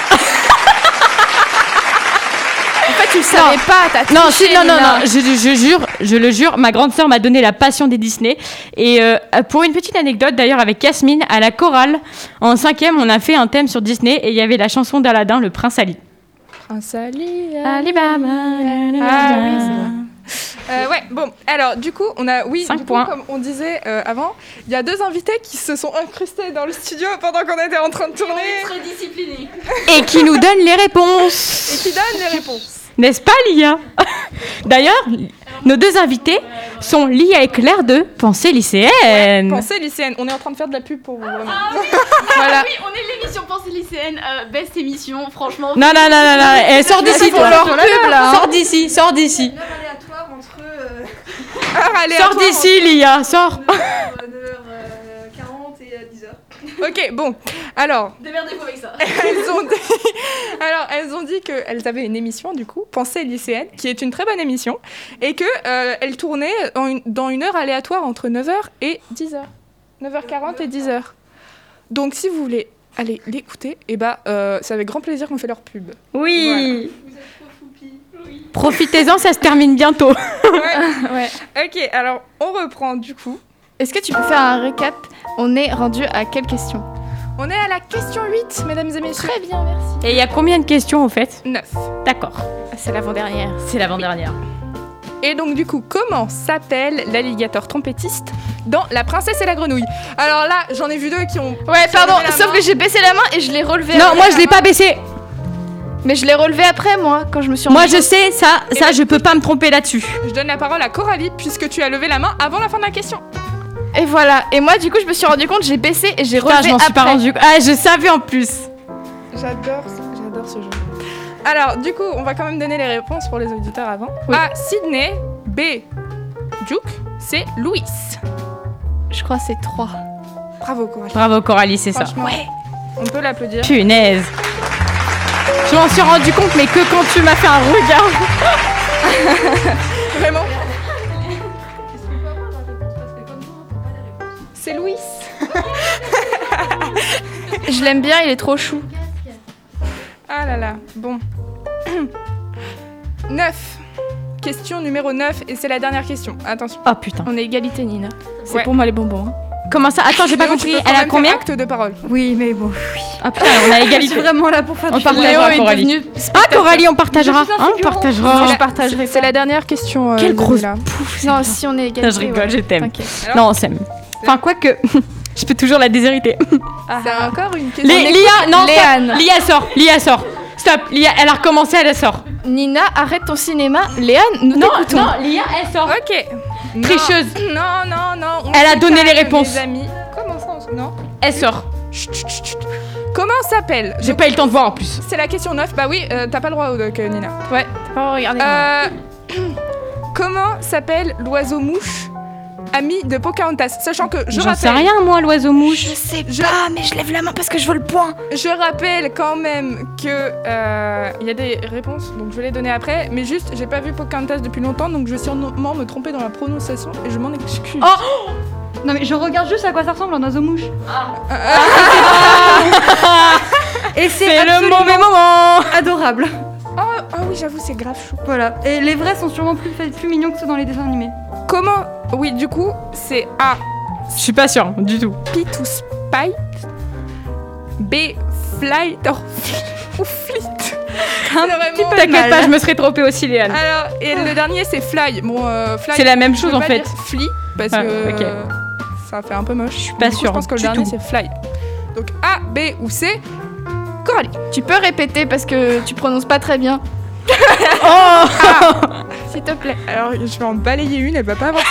C: En fait, tu le savais pas. T'as triché.
A: Non, si, non, non,
C: Nina.
A: non, je, je jure, je le jure, ma grande sœur m'a donné la passion des Disney. Et euh, pour une petite anecdote, d'ailleurs, avec Yasmine, à la chorale, en cinquième, on a fait un thème sur Disney et il y avait la chanson d'Aladin, le prince Ali.
B: Un sali.
A: Alibaba.
C: Ah oui, c'est vrai.
B: Euh, ouais, bon, alors du coup, on a, oui,
A: Cinq
B: du coup,
A: points.
B: comme on disait euh, avant, il y a deux invités qui se sont incrustés dans le studio pendant qu'on était en train de tourner
A: Et qui nous donne les
B: et
A: réponses.
B: qui donnent les réponses.
A: N'est-ce pas, Lia <laughs> D'ailleurs, nos deux invités sont Lia et Claire de Pensée lycéenne.
B: Pensez lycéenne, on est en train de faire de la pub pour vous. vraiment. <laughs>
C: Voilà.
F: Oui, on est l'émission Pensée lycéenne, euh, best émission, franchement.
A: Non, non, non, non, non, eh, sors d'ici,
C: pour
A: toi.
C: leur pub, là, hein.
A: Sors d'ici, sors d'ici.
E: aléatoire entre
B: Heure aléatoire.
A: Sors d'ici, Lia, sors.
E: 9h40 et 10h.
B: Ok, bon. Alors,
F: Démerdez-vous avec ça.
B: <laughs> elles ont dit, alors elles ont dit qu'elles avaient une émission du coup, Pensée lycéenne, qui est une très bonne émission, et que euh, elles tournaient en une- dans une heure aléatoire entre 9h et 10h, 9h40 et 10h. Donc si vous voulez aller l'écouter, et bah euh, c'est avec grand plaisir qu'on fait leur pub.
A: Oui. Profitez-en, ça se termine bientôt.
C: Ouais.
B: Ok, alors on reprend du coup.
C: Est-ce que tu peux faire un récap On est rendu à quelle question
B: On est à la question 8, mesdames
F: Oh,
B: et messieurs.
C: Très bien, merci.
A: Et il y a combien de questions au fait
B: 9.
A: D'accord.
C: C'est l'avant-dernière.
A: Ah, C'est l'avant-dernière.
B: Et donc du coup, comment s'appelle l'alligator trompettiste dans La princesse et la grenouille Alors là, j'en ai vu deux qui ont...
C: Ouais, pardon,
B: levé la
C: sauf
B: main.
C: que j'ai baissé la main et je l'ai relevé.
A: Non,
C: après.
A: moi je l'ai pas baissé.
C: Mais je l'ai relevé après, moi, quand je me suis
A: Moi
C: rendu
A: je sais ça, ça je peux pas me tromper là-dessus.
B: Je donne la parole à Coralie puisque tu as levé la main avant la fin de la question.
C: compte. Et voilà. Et moi, du coup, je me suis rendu compte, j'ai baissé et j'ai
A: Putain,
C: relevé
A: je m'en suis
C: après.
A: pas rendu. Ah, je savais en plus.
B: J'adore, j'adore ce jeu. Alors du coup, on va quand même donner les réponses pour les auditeurs avant.
C: Oui.
B: A. Sydney. B. Duke. C. Louis.
C: Je crois que c'est 3.
B: Bravo, courage.
A: Bravo Coralie, c'est ça.
B: Franchement, on peut l'applaudir.
A: Punaise. Je m'en suis rendu compte, mais que quand tu m'as fait un regard.
B: <laughs> Vraiment. C'est Louis.
C: Je l'aime bien, il est trop chou.
B: Ah là là, bon. <clears throat> 9. Question numéro 9, et c'est la dernière question. Attention.
A: Oh putain.
C: On est égalité, Nina. C'est
B: Ouais.
C: pour moi les bonbons. hein.
A: Comment ça Attends, j'ai pas
B: Léo, tu
A: compris.
B: peux quand
A: Elle
B: même
A: a
B: faire
A: combien
B: acte de parole.
E: Oui, mais bon.
A: Ah putain, on <laughs> a
E: Je suis
A: égalité.
E: vraiment là pour faire
A: On
E: du
A: parle
E: jeu.
A: Léo est
C: Coralie.
A: devenu. Ah Coralie, on partagera.
E: Je suis
A: Hein, on
E: insigurante.
A: partagera.
B: Non,
A: Je
B: je
A: partagerai.
B: C'est la dernière question. euh,
A: Quelle
B: de
A: grosse
B: Léa.
A: pouffe.
C: Non, si on est égalité.
A: Non, <laughs> je rigole,
C: ouais.
A: je t'aime.
C: T'inquiète.
A: Non, on s'aime. Enfin, quoique, <laughs> je peux toujours la déshériter.
B: Ah, C'est encore une question.
A: Les- Lia, non,
C: Léane.
A: stop. Lia sort, Lia sort. Stop, Lia, elle a recommencé, elle sort.
C: Nina, arrête ton cinéma. Léane, nous
A: Non,
C: t'écoutons.
A: non, Lia, elle sort.
B: Ok. Non.
A: Tricheuse.
B: Non, non, non. on
A: Elle a
B: se
A: donné les
B: calme,
A: réponses.
B: mes amis. Comment ça on se- Non.
A: Elle sort.
B: Chut, chut, chut, chut. Comment s'appelle
A: J'ai
B: Donc,
A: pas eu le temps de voir en plus.
B: C'est la question 9. Bah oui, euh, t'as pas le droit au doc, euh, Nina.
A: Ouais, pas regardé. <coughs>
B: Euh, comment s'appelle l'oiseau mouche ami de Pocahontas Sachant que je
A: J'en sais
B: rappelle,
A: rien, moi, l'oiseau mouche.
C: sais pas, mais je lève la main parce que je veux le point.
B: je rappelle quand même que euh, il y a des réponses, donc je vais les donner après. Mais juste, j'ai pas vu Pocahontas depuis longtemps, donc je vais sûrement me tromper dans la prononciation et je m'en excuse.
A: Oh
E: Non, mais je regarde juste à quoi ça ressemble un oiseau mouche. Ah. Et c'est
A: C'est le
E: absolument
A: mauvais moment
E: adorable.
B: Ah oui, j'avoue, c'est grave chou.
E: Voilà. Et les vrais sont sûrement plus, fa- plus mignons que ceux dans les dessins animés.
B: Comment Oui, du coup, c'est A.
A: Je suis pas sûre, du tout.
B: Pitou Spite. B. Flight or <laughs> ou Fleet. Vraiment.
A: T'inquiète pas, je me serais trompée aussi, Léane.
B: Alors, et le dernier c'est Fly. Bon, euh, Fly.
A: C'est la même
B: je
A: chose,
B: peux
A: en
B: pas
A: fait.
B: dire Fly parce
A: Ah,
B: que
A: ok.
B: euh, ça fait un peu moche. Je suis
A: pas
B: Je
A: sûre
B: pense que le
A: du
B: dernier
A: tout.
B: c'est Fly. Donc A, B ou C. Coralie.
C: Tu peux répéter parce que tu prononces pas très bien.
A: Oh
C: S'il te plaît.
B: Alors, je vais en balayer une, elle va pas avoir.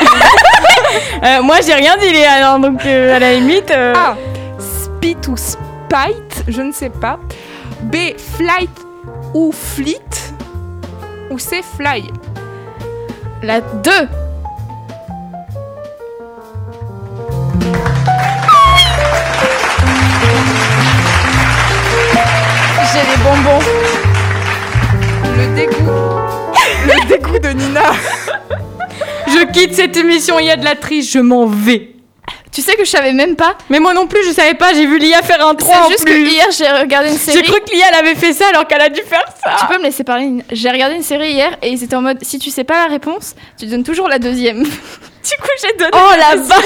A: Euh, Moi, j'ai rien dit, Léane, hein, donc euh, à la limite. euh,
B: A. Spit Ah, ou Spite, je ne sais pas. B. Flight ou Fleet. Ou C. Fly.
C: La 2.
B: J'ai les bonbons. Le dégoût. <laughs> Le dégoût de Nina.
A: Je quitte cette émission, il y a de la triche, je m'en vais.
C: Tu sais que je savais même pas.
A: Mais moi non plus, je savais pas, j'ai vu Lia faire un 3 en
C: C'est juste que
A: plus.
C: hier j'ai regardé une
A: J'ai
C: série.
A: cru que Ah. Lia elle avait fait ça alors qu'elle a dû faire ça.
C: Tu peux me laisser parler Nina J'ai regardé une série hier et ils étaient en mode si tu sais pas la réponse, tu donnes toujours la deuxième.
A: Du coup, j'ai donné. Oh la vache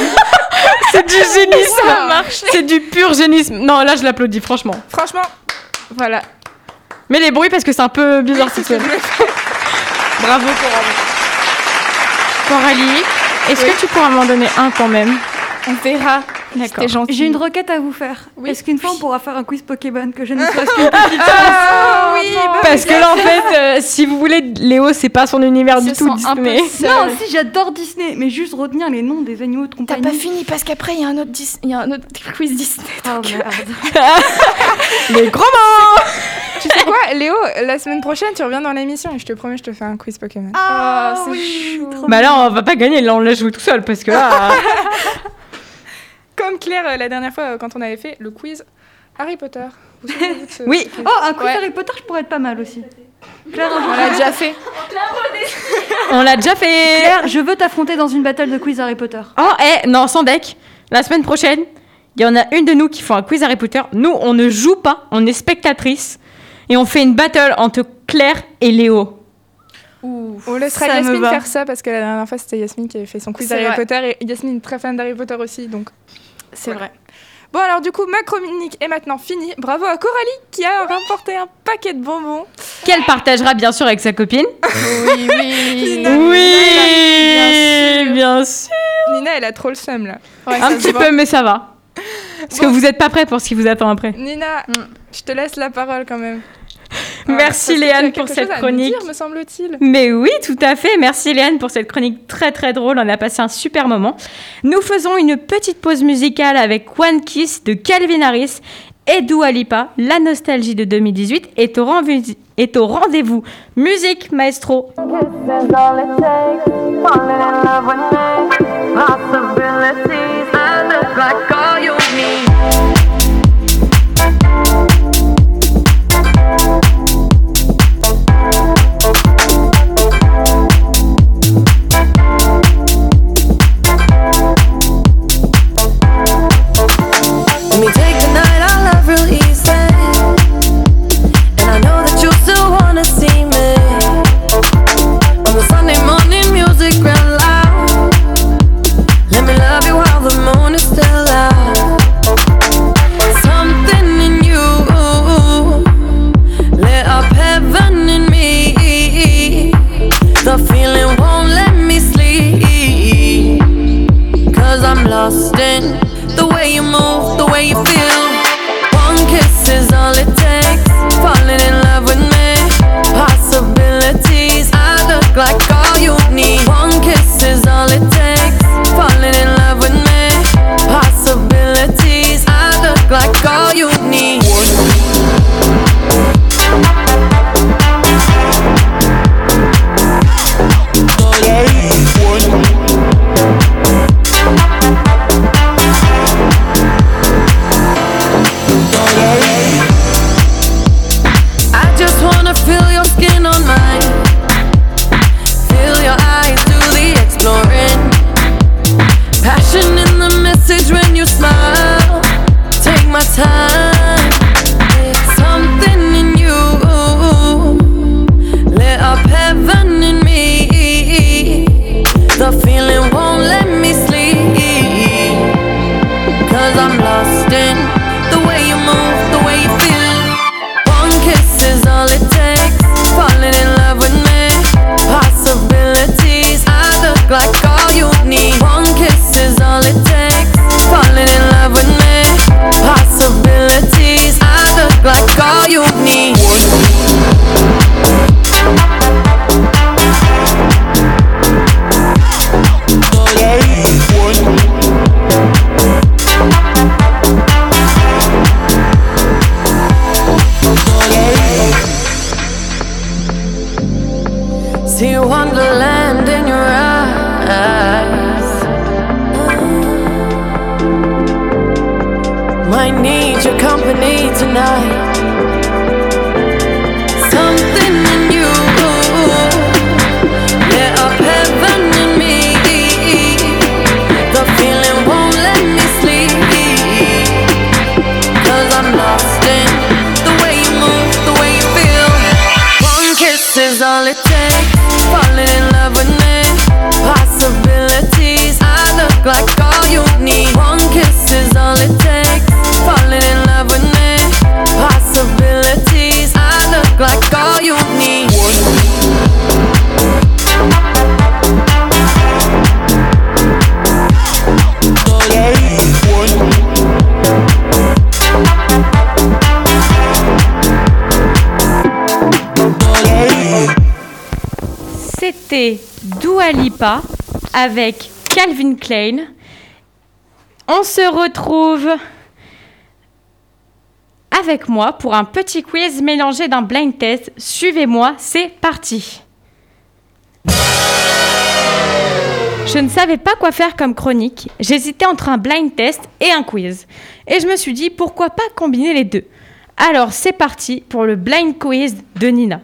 A: C'est du génie, Oh, ça marche. C'est du pur génisme. Non, là, je l'applaudis, franchement.
B: Franchement, voilà.
A: Mais les bruits, parce que c'est un peu bizarre cette
B: que je voulais
A: Bravo, Coralie. Coralie, est-ce que tu pourras m'en donner un quand même
C: <laughs> On verra.
A: D'accord.
C: C'était gentil.
E: J'ai une requête à vous faire.
B: Oui.
E: Est-ce qu'une fois on pourra faire un quiz Pokémon que je ne sois que
B: Ah oui, bah-
A: Parce que là, en fait, euh, si vous voulez, Léo, c'est pas son univers
C: Ils
A: du
C: se
A: tout,
C: sentent un peu
A: Disney. <laughs>
C: seuls.
E: <laughs> Non, si j'adore Disney, mais juste retenir les noms des animaux de
C: T'as
E: compagnie.
C: pas fini parce qu'après il y a un autre Dis- il y a un autre <laughs> quiz Disney.
E: Oh, merde.
A: <laughs> Les gros mots
B: tu sais quoi, Léo, la semaine prochaine, tu reviens dans l'émission et je te promets, je te fais un quiz Pokémon.
E: Ah,
C: c'est
E: oui,
C: chaud.
E: trop
A: Bah là, on va pas gagner, là, on l'a joué tout seul, parce que là... euh,
B: Comme Claire, euh, la dernière fois, euh, quand on avait fait le quiz Harry Potter. Vous souvenez-vous de ce-
A: Oui.
B: ce quiz
E: Oh, un quiz
B: Ouais.
E: Harry Potter, je pourrais être pas mal aussi. Claire, un jour,
C: On
E: je
C: l'a
E: veux-
C: déjà fait.
A: on l'a déjà fait
E: Claire, je veux t'affronter dans une battle de quiz Harry Potter.
A: Oh, eh, non, sans deck. La semaine prochaine, il y en a une de nous qui font un quiz Harry Potter. Nous, on ne joue pas, on est spectatrice. Et on fait une battle entre Claire et Léo.
B: On laissera
E: Ça me
B: Yasmine
E: va.
B: faire ça parce que la dernière fois, c'était Yasmine qui avait fait son quiz
C: C'est
B: Harry
C: vrai.
B: Potter et Yasmine, très fan d'Harry Potter aussi, donc
C: C'est vrai.
B: Bon alors du coup ma chronique est maintenant finie. Bravo à Coralie qui a remporté un paquet de bonbons.
A: Qu'elle partagera bien sûr avec sa copine.
C: Oui, <laughs> oui.
A: Oui, bien sûr.
B: Nina elle a trop le seum là.
C: Ouais, ça
A: Un
C: se
A: petit
C: voit.
A: peu, mais ça va. Parce que vous n'êtes pas prêts pour ce qui vous attend après.
B: Nina, je te laisse la parole quand même.
A: Merci,
B: parce que tu
A: Léane,
B: as quelque
A: pour cette
B: chose à nous
A: chronique.
B: dire, me semble-t-il.
A: Mais oui, tout à fait. Merci Léane pour cette chronique très très drôle. On a passé un super moment. Nous faisons une petite pause musicale avec One Kiss de Calvin Harris et Dua Lipa. La nostalgie de 2018 est au, renvu- est au rendez-vous. Musique maestro.
G: Falling in love with me, possibilities. I Let me take the night, I love real easy. And I know that you still wanna see me. On the Sunday morning, music ran loud. Let me love you while the moon is still out. Something in you lit up heaven in me. The feeling won't let me sleep. Cause I'm lost in the way you move, the way you feel. One kiss is all it takes. Falling in love with me. Possibilities, I look like all you need. One kiss is all it takes. Falling in love with me. Possibilities, I look like all you need. I just wanna feel your skin on mine. Feel your eyes do the exploring. Passion in the message when you smile. Take my time. Something in you lit up heaven in me. The feeling won't let me sleep. Cause I'm lost in the way you move, the way you feel. One kiss is all it takes. Falling in love with me. Possibilities, I look like all you need. One kiss is all it takes. Falling in love with me. Possibilities, I look like all you need. See wonderland in your eyes. Might need your company tonight. Something in you lit up heaven in me. The feeling won't let me sleep. Cause I'm lost in the way you move, the way you feel. One kiss is all it takes. Falling in love with me. Possibilities, I look like all you need. One kiss is all it takes. Falling in love with me. Possibilities, I look like all you need.
A: C'était Dua Lipa avec Calvin Klein. On se retrouve avec moi pour un petit quiz mélangé d'un blind test. Suivez-moi, c'est parti. Je ne savais pas quoi faire comme chronique. J'hésitais entre un blind test et un quiz. Et je me suis dit pourquoi pas combiner les deux. Alors c'est parti pour le blind quiz de Nina.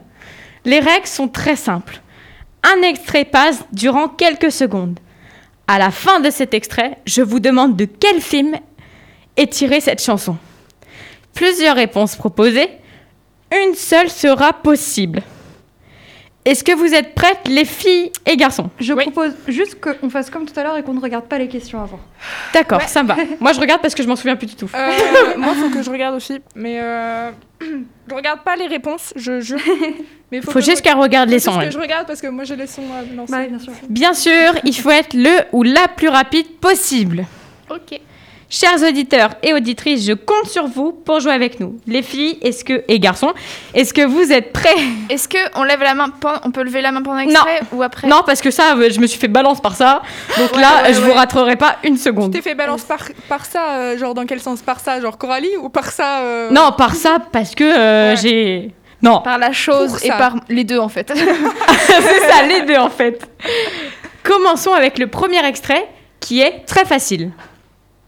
A: Les règles sont très simples. Un extrait passe durant quelques secondes. À la fin de cet extrait, je vous demande de quel film est tirée cette chanson. Plusieurs réponses proposées, une seule sera possible. Est-ce que vous êtes prêtes, les filles et garçons
E: Je
B: Oui.
E: propose juste qu'on fasse comme tout à l'heure et qu'on ne regarde pas les questions avant.
A: D'accord, ça me
B: <laughs>
A: va. Moi, je regarde parce que je m'en souviens plus du tout.
B: Euh, moi, faut que je regarde aussi, mais euh, je regarde pas les réponses, je jure. Mais
A: Faut
B: que je
A: juste qu'elle regarde les
B: Faut juste
A: sons.
B: que
A: elle.
B: je regarde parce que moi j'ai les sons à lancer.
E: Bah, bien sûr.
A: Bien sûr, il faut être le ou la plus rapide possible.
F: Ok.
A: Chers auditeurs et auditrices, je compte sur vous pour jouer avec nous. Les filles, est-ce que et garçons, est-ce que vous êtes prêts
C: Est-ce que on lève la main pen- On peut lever la main pendant
A: Non.
C: l'extrait ou après
A: Non, parce que ça, euh, je me suis fait balance par ça. Donc là,
B: ouais,
A: je
B: ouais.
A: vous raterai pas une
B: Tu
A: seconde.
B: t'es fait balance par, par ça, euh, genre dans quel sens Par ça, genre Coralie ou par ça euh,
A: Non, par ça, parce que euh,
B: Ouais.
A: j'ai. Non,
C: Par la
B: Pour
C: chose et
B: ça.
C: par les deux en
A: <laughs>
C: fait.
A: c'est ça les deux en fait. Commençons avec le premier extrait qui est très facile.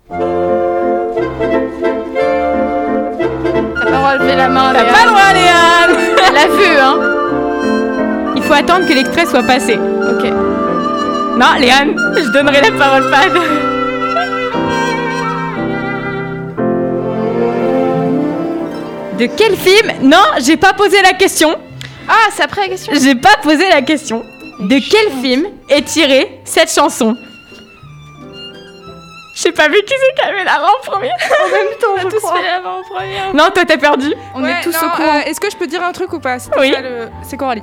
G: Thank
C: relever la main.
A: T'as
C: Léa.
A: pas le droit, Léane
C: Elle l'a vu, hein.
A: Il faut attendre que l'extrait soit passé.
C: Ok.
A: Non, Léane, je donnerai la parole fan. De quel film Non, j'ai pas posé la question.
C: Ah, c'est après la question.
A: J'ai pas posé la question. De quel film est tirée cette chanson J'ai pas vu qui c'est qui avait la main en premier.
E: En même
A: <laughs>
E: temps, je crois.
A: Non, toi t'as perdu.
C: On
B: Ouais,
C: est tous
B: non,
C: au courant.
B: euh, Est-ce que je peux dire un truc ou pas C'était
A: Oui.
B: ça le- C'est Coralie.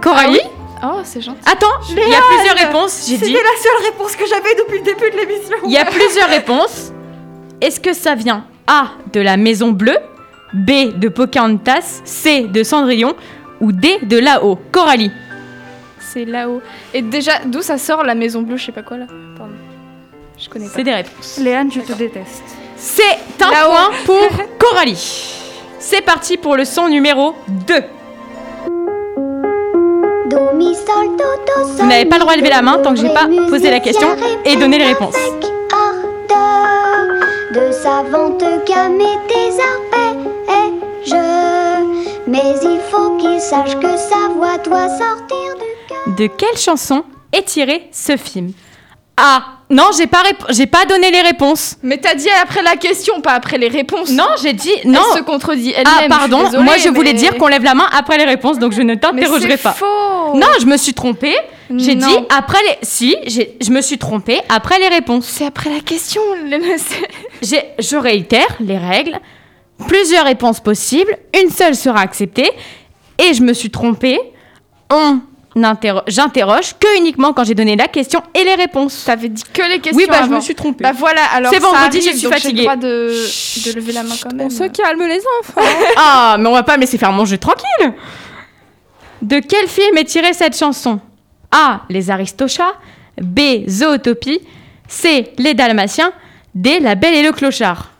A: Coralie
E: Ah
C: Oh, c'est gentil.
A: Attends, il y a plusieurs réponses. J'ai
E: C'était
A: dit.
E: la seule réponse que j'avais depuis le début de l'émission.
A: Il y a plusieurs réponses. Est-ce que ça vient A de la Maison Bleue, B de Pocahontas, C de Cendrillon ou D de là-haut Coralie.
C: C'est là-haut. Et déjà, d'où ça sort la Maison Bleue, je sais pas quoi là. Pardon. Je connais pas.
A: C'est des réponses.
E: Léane, je te déteste.
A: Oh, C'est un
C: Là-haut.
A: point pour <laughs> Coralie. C'est parti pour le son numéro 2.
D: Do, mi, sol, do, do, sol,
A: Vous n'avez pas le droit de
D: mi,
A: lever la main
D: do,
A: tant que j'ai
D: ré,
A: pas
D: mu,
A: posé
D: si,
A: la question
D: si, ré,
A: et donné les
D: avec
A: réponses.
D: ardeur de savante gamme et des arpèges. Mais il faut qu'il sache que sa voix doit sortir du cœur.
A: De quelle chanson est tiré ce film A. Non, j'ai pas, rép- j'ai pas donné les réponses.
C: Mais t'as dit après la question, pas après les réponses.
A: Non, j'ai dit non.
C: Elle se contredit elle-même.
A: Ah
C: suis
A: pardon,
C: désolée,
A: moi je voulais
C: mais-
A: dire qu'on lève la main après les réponses, donc je ne
C: Mais
A: t'interrogerai
C: c'est
A: pas.
C: Faux.
A: Non, je me suis trompée. J'ai
C: Non.
A: dit après les. Si, j'ai- je me suis trompée après les réponses.
C: C'est après la question. <laughs> le- c'est-
A: J'ai- Je réitère les règles. Plusieurs réponses possibles, une seule sera acceptée. Et je me suis trompée. On interro- j'interroge que uniquement quand j'ai donné la question et les réponses.
C: T'avais dit que les questions.
A: Oui, bah je
C: avant.
A: me suis trompée.
C: Bah voilà, alors
A: C'est
C: ça
A: vendredi,
C: arrive,
A: je suis
C: donc J'ai
A: fatiguée.
C: le droit de, de lever la main quand même.
B: On se calme les enfants.
A: Ah, mais on va pas me laisser faire mon jeu tranquille. De quel film est tirée cette chanson A. Les Aristochats. B. Zootopie. C. Les Dalmatiens. D. La Belle et le Clochard.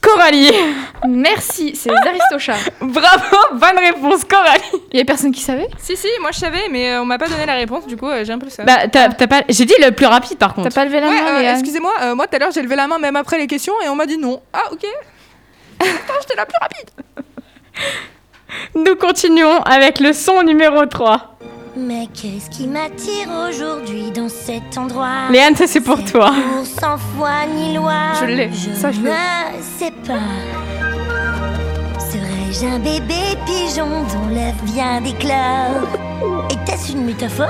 A: Coralie <laughs>
C: Merci, c'est les Aristochats.
A: Bravo, bonne réponse, Coralie
C: Il <laughs> y a personne qui savait
B: <laughs> si, si, moi je savais, mais euh, on m'a pas donné la réponse, du coup euh, j'ai un peu le seum.
A: Bah, t'as t'as pas... J'ai dit le plus rapide, par
C: T'as
A: contre.
C: pas levé la
B: Ouais,
C: main,
B: euh,
C: Léa
B: excusez-moi, euh, moi tout à l'heure j'ai levé la main même après les questions et on m'a dit non. Ah, <laughs> ok. Attends, j'étais la plus rapide.
A: Nous continuons avec le son numéro 3.
D: Mais qu'est-ce qui m'attire aujourd'hui dans cet endroit
A: Léane, ça c'est pour toi.
D: Pour sans foi ni loi.
C: Je l'ai, ça, je l'ai.
D: ne sais pas. Serais-je un bébé pigeon dont l'œuf vient des cloves Était-ce une métaphore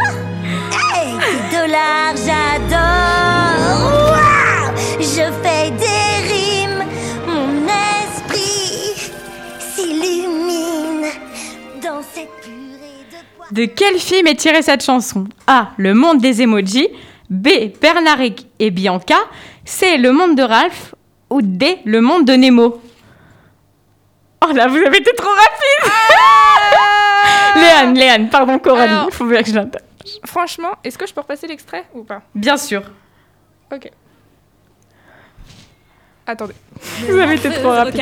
D: Hey, des dollars, j'adore. Waouh Je fais des rimes, mon esprit s'illumine dans cette purée de poids.
A: De quel film est tirée cette chanson A. Le monde des emojis. B. Bernard et- et Bianca. C. Le monde de Ralph. Ou D. Le monde de Nemo. Oh là, vous avez été trop rapide
B: Euh,
A: Léane, Léane, pardon Coralie,
B: Ah. Alors-
A: faut bien que je l'entende.
B: Franchement, est-ce que je peux repasser l'extrait ou pas
A: Bien sûr,
B: Ok. Attendez.
A: vous avez
B: Ah,
A: été trop rapide.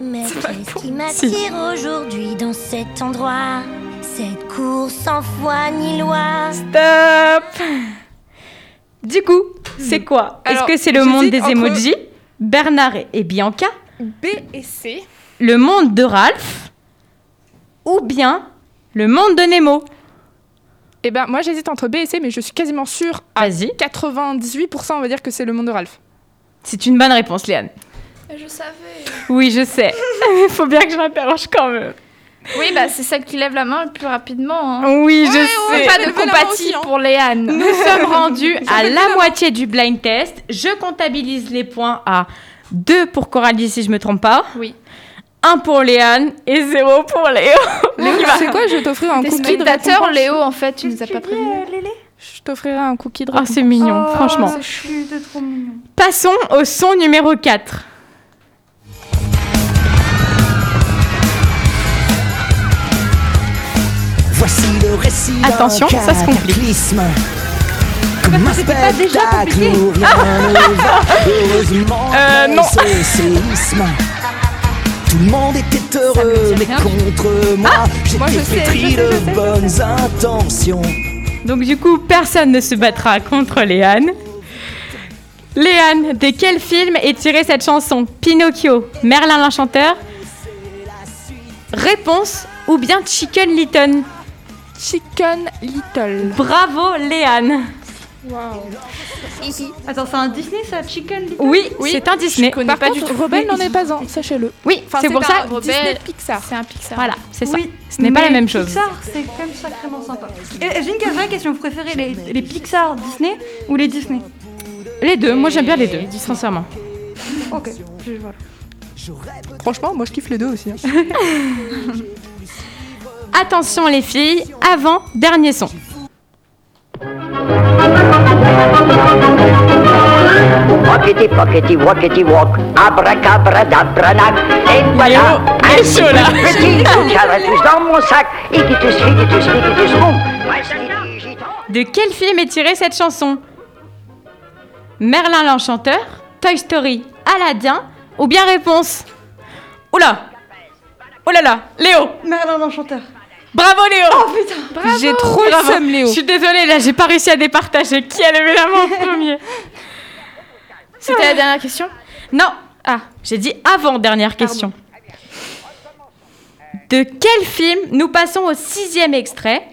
D: Mais qu'est-ce qui m'attire aujourd'hui dans cet endroit Cette course sans foi ni loi.
A: Stop Du coup, c'est quoi Est-ce
B: Hmm. Alors,
A: que c'est le monde
B: j'hésite
A: des
B: entre-
A: emojis, Bernard et Bianca
B: B et C.
A: le monde de Ralph ou bien le monde de Nemo.
B: Eh ben, moi j'hésite entre B et C, mais je suis quasiment sûre à
A: Vas-y.
B: 98%, on va dire que c'est le monde de Ralph.
A: C'est une bonne réponse, Léane.
C: Je savais.
A: Oui, je sais. <laughs> Il faut bien que je m'interroge quand même.
C: Oui, bah c'est celle qui lève la main le plus rapidement. hein.
A: Oui, je
C: On fait
A: sais.
C: pas
B: j'ai
C: de
B: levé la main
C: compatie
B: aussi, hein.
C: pour Léane.
A: Nous sommes
C: <laughs>
A: rendus à la moitié du blind test. Je comptabilise les points à 2 pour Coralie, si je me trompe pas.
C: Oui.
A: 1 pour Léane et 0 pour Léo.
B: c'est quoi Je vais t'offrir un
C: T'es
B: cookie de
C: spectateur,
B: récompense.
C: Léo, en fait, tu nous as pas prévenu.
B: Je t'offrirai un cookie de
A: Oh,
B: récompense.
A: c'est mignon,
E: Oh,
A: franchement.
E: C'est chou, c'est trop mignon.
A: Passons au son numéro 4.
H: Voici le récit
A: Attention,
H: d'un
A: ça se complique.
H: cataclysme. Comme un spectacle où rien
B: <laughs>
H: ne va. Heureusement,
A: Euh,
H: après
A: non.
H: ce séisme, Tout le monde était heureux, mais contre moi,
B: Ah, moi, je
H: j'étais
B: sais, je
H: pétri
B: sais, je sais,
H: de
B: je
H: bonnes intentions.
A: Donc du coup, personne ne se battra contre Léane. Léane, de quel film est tirée cette chanson Pinocchio, Merlin l'Enchanteur Réponse ou bien Chicken Little
B: Chicken Little.
A: Bravo Léane
E: Attends, c'est un Disney ça, Chicken Little
A: Oui, c'est un Disney.
B: Par contre, Rebelle n'en est
A: <laughs>
B: pas un, sachez-le.
A: Oui,
B: Enfin,
A: c'est pour
B: un
A: ça.
B: Disney Pixar.
C: C'est un Pixar.
A: Voilà, c'est ça.
E: Oui,
A: Ce n'est pas la
E: mais
A: même chose.
E: Pixar, c'est quand même sacrément sympa. Et et j'ai une vraie question, vous préférez les, les Pixar Disney ou les Disney
A: Les deux, moi j'aime bien les deux, sincèrement.
E: Ok, je- voilà.
B: Franchement, moi je kiffe les deux aussi. hein.
A: Attention les filles, avant dernier son.
I: Rockety, pockety, walkety, walk, abracadabranak, et voilà un petit plus petit que caratus dans mon sac, igitus, figitus, figitus, boum, prestidigitant.
A: De quel film est tirée cette chanson Merlin l'Enchanteur, Toy Story, Aladdin ou bien réponse Oula Oh là là, Léo
E: Merlin l'Enchanteur.
A: Bravo Léo J'ai trop le seum, Léo Je suis désolée, là j'ai pas réussi à départager qui a levé la main en premier.
C: C'était la dernière question
A: Non Ah, j'ai dit avant dernière question. De quel film nous passons au sixième extrait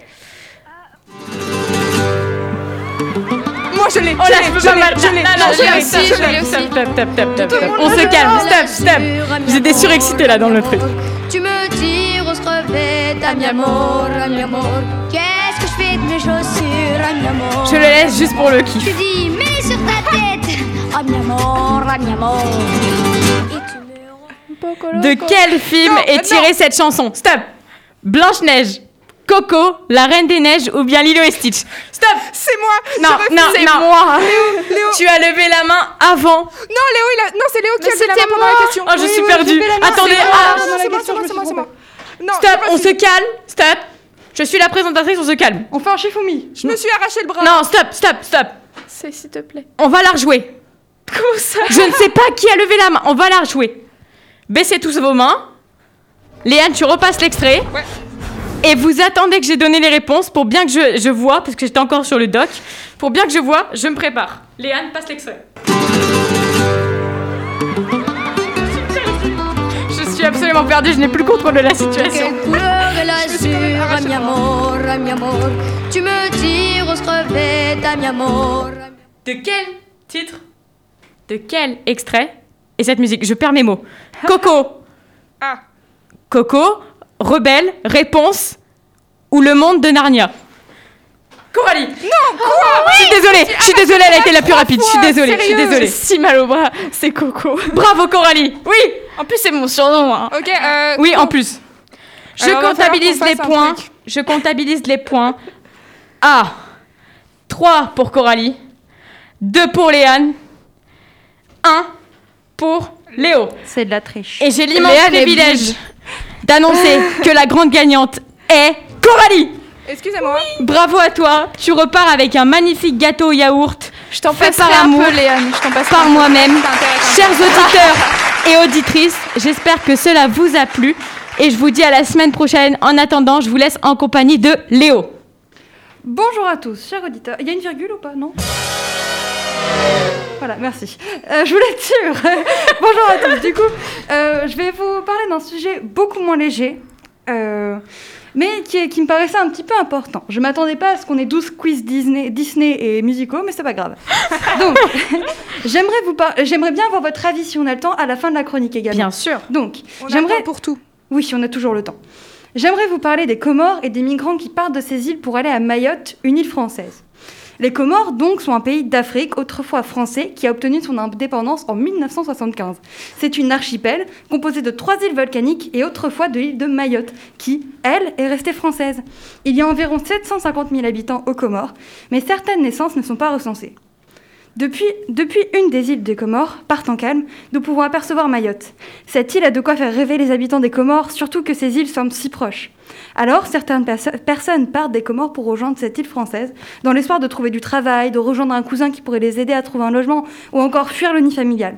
B: Moi je l'ai,
A: Oh là, je
B: je l'ai,
A: peux
B: je
A: pas
B: l'ai,
A: mal.
B: je l'ai,
A: Là, là,
B: je
A: je
B: l'ai,
A: l'ai aussi,
B: je
A: je
B: l'ai.
A: l'ai aussi. Stop, stop, stop, stop, stop. On se calme, stop, stop. Vous êtes des surexcités là dans le truc.
D: Tu me tires au crevette, à mi amor, à mi amor. Qu'est-ce que je fais de mes chaussures, à mi amor
A: Je le laisse juste pour le kiff.
D: Tu dis, mets sur ta <laughs> tête, à mi amor, à mi amor. Et tu me
A: De quel film
B: Non,
A: est tirée cette chanson Stop Blanche-Neige, Coco, La Reine des Neiges ou bien Lilo et Stitch Stop
B: C'est
A: Non,
B: moi je refuse.
A: non,
B: C'est
A: non
B: moi. Léo. Oh,
A: Tu as levé la main avant
B: Non, Léo, il a... Non, c'est Léo qui
A: Mais
B: a levé la
A: c'était
B: main pendant la
A: moi.
B: question.
A: Oh, je suis perdue.
B: levé la main.
A: Attendez,
B: C'est moi,
A: ah.
B: non, non,
E: Pendant la
B: c'est moi,
E: question,
B: c'est
E: je
B: moi, c'est
E: me suis
B: moi, c'est moi. Non,
A: Stop,
B: je
A: on
B: refuse.
A: se calme Stop Je suis la présentatrice, on se calme
E: On fait un Shifumi.
B: Je me suis arraché le bras.
A: Non, stop, stop, stop
C: C'est s'il te plaît.
A: On va la rejouer
B: Comment ça
A: Je ne sais pas qui a levé la main, on va la rejouer Baissez tous vos mains Léane, tu repasses l'extrait
B: Ouais.
A: Et vous attendez que j'ai donné les réponses pour bien que je, je vois, parce que j'étais encore sur le doc, pour bien que je vois, je me prépare. Léane, passe l'extrait. Je suis absolument perdue, je n'ai plus le contrôle de la situation.
D: Quelle couleur est l'azur, à mi amor, à mi amor. Tu me tires au crevette, à mi amor.
A: De quel titre De quel extrait Et cette musique, je perds mes mots. Coco
B: Ah.
A: Coco, Rebelle, Réponse ou Le Monde de Narnia Coralie Non Je suis désolée, je suis désolée, elle a été la plus rapide. Je suis désolée, je suis désolée.
F: Si mal au bras, c'est Coco.
A: Bravo Coralie Oui
F: En plus, c'est mon surnom. hein.
B: Ok, euh...
A: Oui, en plus. Je
B: Alors, va falloir
A: comptabilise
B: qu'on
A: les
B: fasse un
A: points.
B: truc.
A: Je comptabilise les points. Ah 3 pour Coralie, 2 pour Léane, 1 pour Léo.
E: C'est de la triche.
A: Et j'ai l'immense
F: Léane, elle
A: privilège d'annoncer que la grande gagnante est Coralie
B: oh, Excusez-moi.
A: Bravo à toi, tu repars avec un magnifique gâteau au yaourt.
C: Je t'en
A: Fais
C: passe
A: par
C: un
A: amour.
C: peu, Léane. Je t'en <laughs> passe
A: par moi-même.
B: intéressant.
A: Chers auditeurs et auditrices, j'espère que cela vous a plu et je vous dis à la semaine prochaine. En attendant, je vous laisse en compagnie de Léo.
E: Bonjour à tous, chers auditeurs. Il y a une virgule ou pas Non Voilà, merci. Euh, je vous l'assure. <laughs> Bonjour à tous. Du coup, euh, je vais vous parler d'un sujet beaucoup moins léger, euh, mais qui, est- qui me paraissait un petit peu important. Je m'attendais pas à ce qu'on ait 12 quiz Disney, Disney et musicaux, mais c'est pas grave. Donc, <laughs> j'aimerais vous par- j'aimerais bien avoir votre avis si on a le temps à la fin de la chronique également.
A: sûr.
E: Donc,
B: On
E: j'aimerais
B: attend pour tout.
E: oui, on a toujours le temps. J'aimerais vous parler des Comores et des migrants qui partent de ces îles pour aller à Mayotte, une île française. Les Comores, donc, sont un pays d'Afrique autrefois français qui a obtenu son indépendance en 1975. C'est une archipel composée de trois îles volcaniques et autrefois de l'île de Mayotte, qui, elle, est restée française. Il y a environ 750 000 habitants aux Comores, mais certaines naissances ne sont pas recensées. Depuis, depuis une des îles des Comores, part en calme, nous pouvons apercevoir Mayotte. Cette île a de quoi faire rêver les habitants des Comores, surtout que ces îles semblent si proches. Alors, certaines perso- personnes partent des Comores pour rejoindre cette île française, dans l'espoir de trouver du travail, de rejoindre un cousin qui pourrait les aider à trouver un logement, ou encore fuir le nid familial.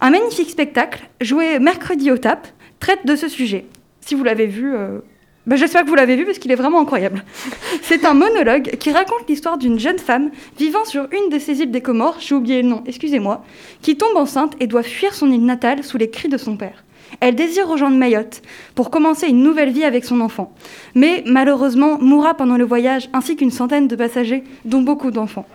E: Un magnifique spectacle, joué mercredi au TAP, traite de ce sujet. Si vous l'avez vu, euh, Bah, J'espère que vous l'avez vu parce qu'il est vraiment incroyable. <laughs> C'est un monologue qui raconte l'histoire d'une jeune femme vivant sur une de ces îles des Comores, j'ai oublié le nom, excusez-moi, qui tombe enceinte et doit fuir son île natale sous les cris de son père. Elle désire rejoindre Mayotte pour commencer une nouvelle vie avec son enfant, mais malheureusement mourra pendant le voyage ainsi qu'une centaine de passagers, dont beaucoup d'enfants.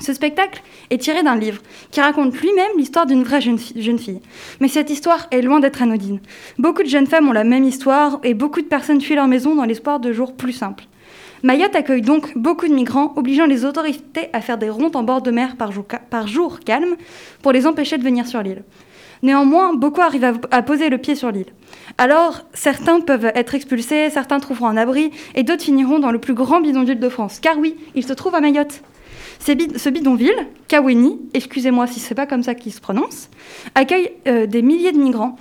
E: Ce spectacle est tiré d'un livre qui raconte lui-même l'histoire d'une vraie jeune, fi- jeune fille. Mais cette histoire est loin d'être anodine. Beaucoup de jeunes femmes ont la même histoire et beaucoup de personnes fuient leur maison dans l'espoir de jours plus simples. Mayotte accueille donc beaucoup de migrants, obligeant les autorités à faire des rondes en bord de mer par jour, ca- par jour calme pour les empêcher de venir sur l'île. Néanmoins, beaucoup arrivent à, à poser le pied sur l'île. Alors, certains peuvent être expulsés, certains trouveront un abri et d'autres finiront dans le plus grand bidonville de France. Car oui, il se trouve à Mayotte. Ces bid- ce bidonville, Kaweni, excusez-moi si c'est pas comme ça qu'il se prononce, accueille euh, des milliers de migrants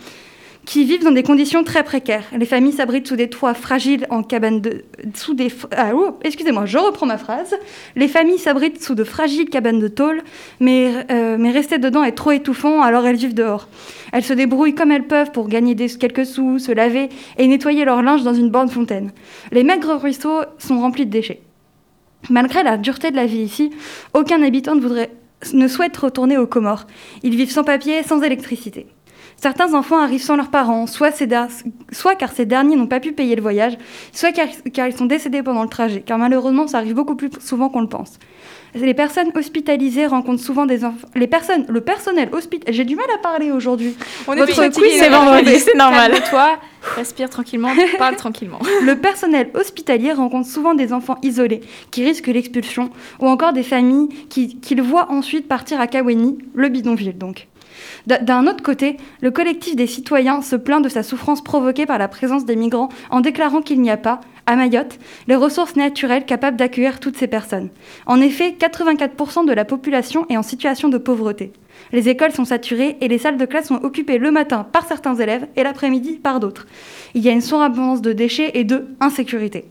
E: qui vivent dans des conditions très précaires. Les familles s'abritent sous des toits fragiles en cabane de sous des f- ah, ouh, excusez-moi, je reprends ma phrase. Les familles s'abritent sous de fragiles cabanes de tôle, mais euh, mais rester dedans est trop étouffant, alors elles vivent dehors. Elles se débrouillent comme elles peuvent pour gagner des, quelques sous, se laver et nettoyer leur linge dans une borne fontaine. Les maigres ruisseaux sont remplis de déchets. Malgré la dureté de la vie ici, aucun habitant ne, voudrait- ne souhaite retourner aux Comores. Ils vivent sans papier, sans électricité. Certains enfants arrivent sans leurs parents, soit, ces der- soit car ces derniers n'ont pas pu payer le voyage, soit car, car ils sont décédés pendant le trajet, car malheureusement ça arrive beaucoup plus souvent qu'on le pense. Les personnes hospitalisées rencontrent souvent des enfants. Les personnes, le personnel hospitalier. J'ai du mal à parler aujourd'hui.
B: On est
E: Votre
B: fatigué,
E: quiz,
B: là.
A: c'est vendredi, c'est normal.
C: Calme-toi, respire <laughs> tranquillement, parle tranquillement.
E: Le personnel hospitalier rencontre souvent des enfants isolés qui risquent l'expulsion ou encore des familles qui- qu'ils voient ensuite partir à Kaweni, le bidonville donc. D- D'un autre côté, le collectif des citoyens se plaint de sa souffrance provoquée par la présence des migrants en déclarant qu'il n'y a pas, à Mayotte, les ressources naturelles capables d'accueillir toutes ces personnes. En effet, 84% de la population est en situation de pauvreté. Les écoles sont saturées et les salles de classe sont occupées le matin par certains élèves et l'après-midi par d'autres. Il y a une surabondance de déchets et de insécurité.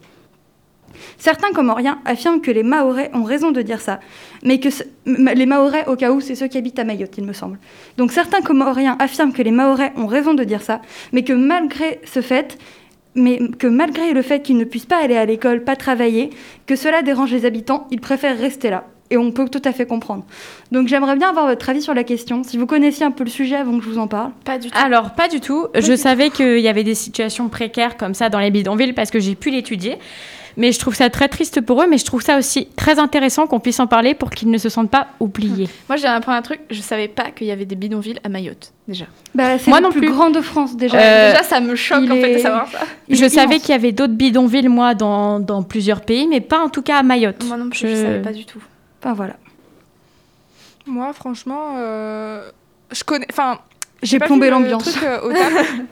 E: Certains Comoriens affirment que les Maorais ont raison de dire ça, mais que ce- m- les Maorais, au cas où, c'est ceux qui habitent à Mayotte, il me semble. Donc certains Comoriens affirment que les Maorais ont raison de dire ça, mais que malgré ce fait, mais que malgré le fait qu'ils ne puissent pas aller à l'école, pas travailler, que cela dérange les habitants, ils préfèrent rester là. Et on peut tout à fait comprendre. Donc j'aimerais bien avoir votre avis sur la question. Si vous connaissiez un peu le sujet avant que je vous en parle.
C: Pas du tout.
A: Alors, pas du tout. je savais qu'il y avait des situations précaires comme ça dans les bidonvilles parce que j'ai pu l'étudier. Mais je trouve ça très triste pour eux, mais je trouve ça aussi très intéressant qu'on puisse en parler pour qu'ils ne se sentent pas oubliés.
C: Moi, j'ai un premier truc, je savais pas qu'il y avait des bidonvilles à Mayotte, déjà.
E: Bah, c'est
A: Moi
E: le
A: non
E: plus,
A: plus.
E: grand de France déjà.
A: Euh,
C: déjà, ça me choque
E: il
C: en fait de
E: est-
C: savoir ça.
E: Il
A: je
E: est
A: savais
E: immense.
A: qu'il y avait d'autres bidonvilles, moi, dans, dans plusieurs pays, mais pas en tout cas à Mayotte.
C: Moi non plus, je,
A: Je-
C: savais pas du tout.
E: Enfin voilà.
B: Moi, franchement, euh, je connais. Enfin,
E: J'ai
B: pas vu
E: plombé
B: le
E: l'ambiance.
B: truc, euh, au
E: <laughs>
B: Taple.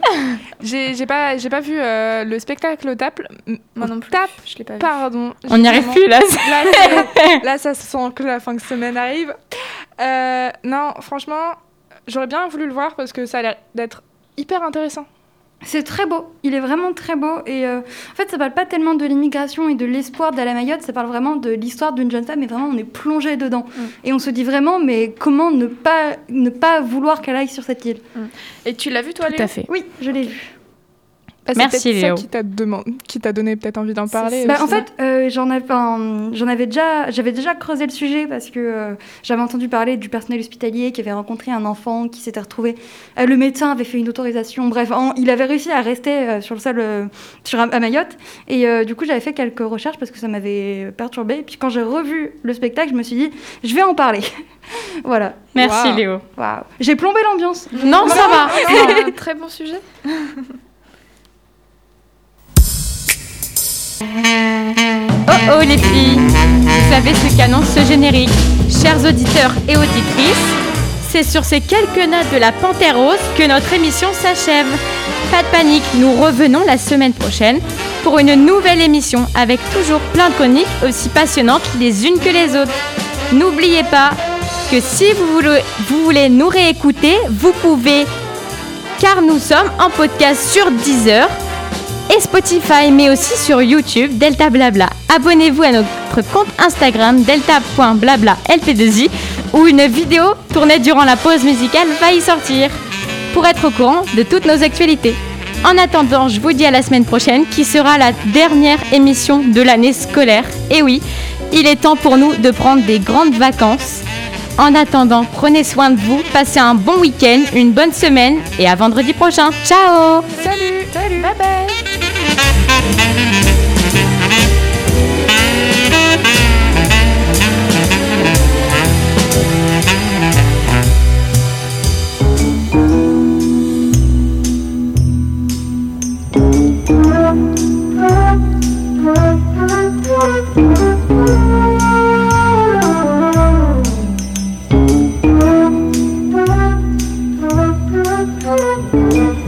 B: j'ai j'ai pas, j'ai pas vu euh, le spectacle au Taple. M-
C: Moi
B: au
C: non plus.
B: Taple,
C: Je l'ai pas vu.
B: pardon.
A: On n'y arrive
B: Vraiment.
A: plus, là.
B: Là,
E: <laughs>
B: c'est- là, ça se sent que la fin de semaine arrive. Euh, non, franchement, j'aurais bien voulu le voir parce que ça a l'air d'être hyper intéressant.
E: C'est très beau, il est vraiment très beau. Et euh, en fait, ça parle pas tellement de l'immigration et de l'espoir d'aller à Mayotte, ça parle vraiment de l'histoire d'une jeune femme, et vraiment, on est plongé dedans. Et on se dit vraiment, mais comment ne pas, ne pas vouloir qu'elle aille sur cette île
C: Et tu l'as vu toi,
A: Tout à fait.
E: Oui, je l'ai vu.
B: Bah, c'est
A: Merci,
B: peut-être ça
A: Léo.
B: qui t'a demandé, qui t'a donné peut-être envie d'en parler.
E: Bah, en
B: aussi.
E: fait, euh, j'en avais, enfin, j'en avais déjà, j'avais déjà creusé le sujet parce que euh, j'avais entendu parler du personnel hospitalier qui avait rencontré un enfant qui s'était retrouvé. euh, le médecin avait fait une autorisation. Bref, en- il avait réussi à rester euh, sur le sol euh, sur, à Mayotte. Et euh, du coup, j'avais fait quelques recherches parce que ça m'avait perturbée. Et puis quand j'ai revu le spectacle, je me suis dit, je vais en parler. <laughs> voilà.
A: Merci,
B: Wow.
A: Léo.
E: Waouh. J'ai plombé l'ambiance.
A: Non, ça va.
C: un très bon sujet.
A: Oh oh les filles, vous savez ce qu'annonce ce générique. Chers auditeurs et auditrices, c'est sur ces quelques notes de la Panthère Rose que notre émission s'achève. Pas de panique, nous revenons la semaine prochaine pour une nouvelle émission avec toujours plein de chroniques aussi passionnantes les unes que les autres. N'oubliez pas que si vous voulez, vous voulez nous réécouter, vous pouvez, car nous sommes en podcast sur Deezer, et Spotify, mais aussi sur YouTube Delta Blabla. Abonnez-vous à notre compte Instagram delta.blabla lp2i où une vidéo tournée durant la pause musicale va y sortir pour être au courant de toutes nos actualités. En attendant, je vous dis à la semaine prochaine qui sera la dernière émission de l'année scolaire. Et oui, il est temps pour nous de prendre des grandes vacances. En attendant, prenez soin de vous, passez un bon week-end, une bonne semaine et à vendredi prochain. Ciao
B: Salut Salut Bye bye
D: Thank you.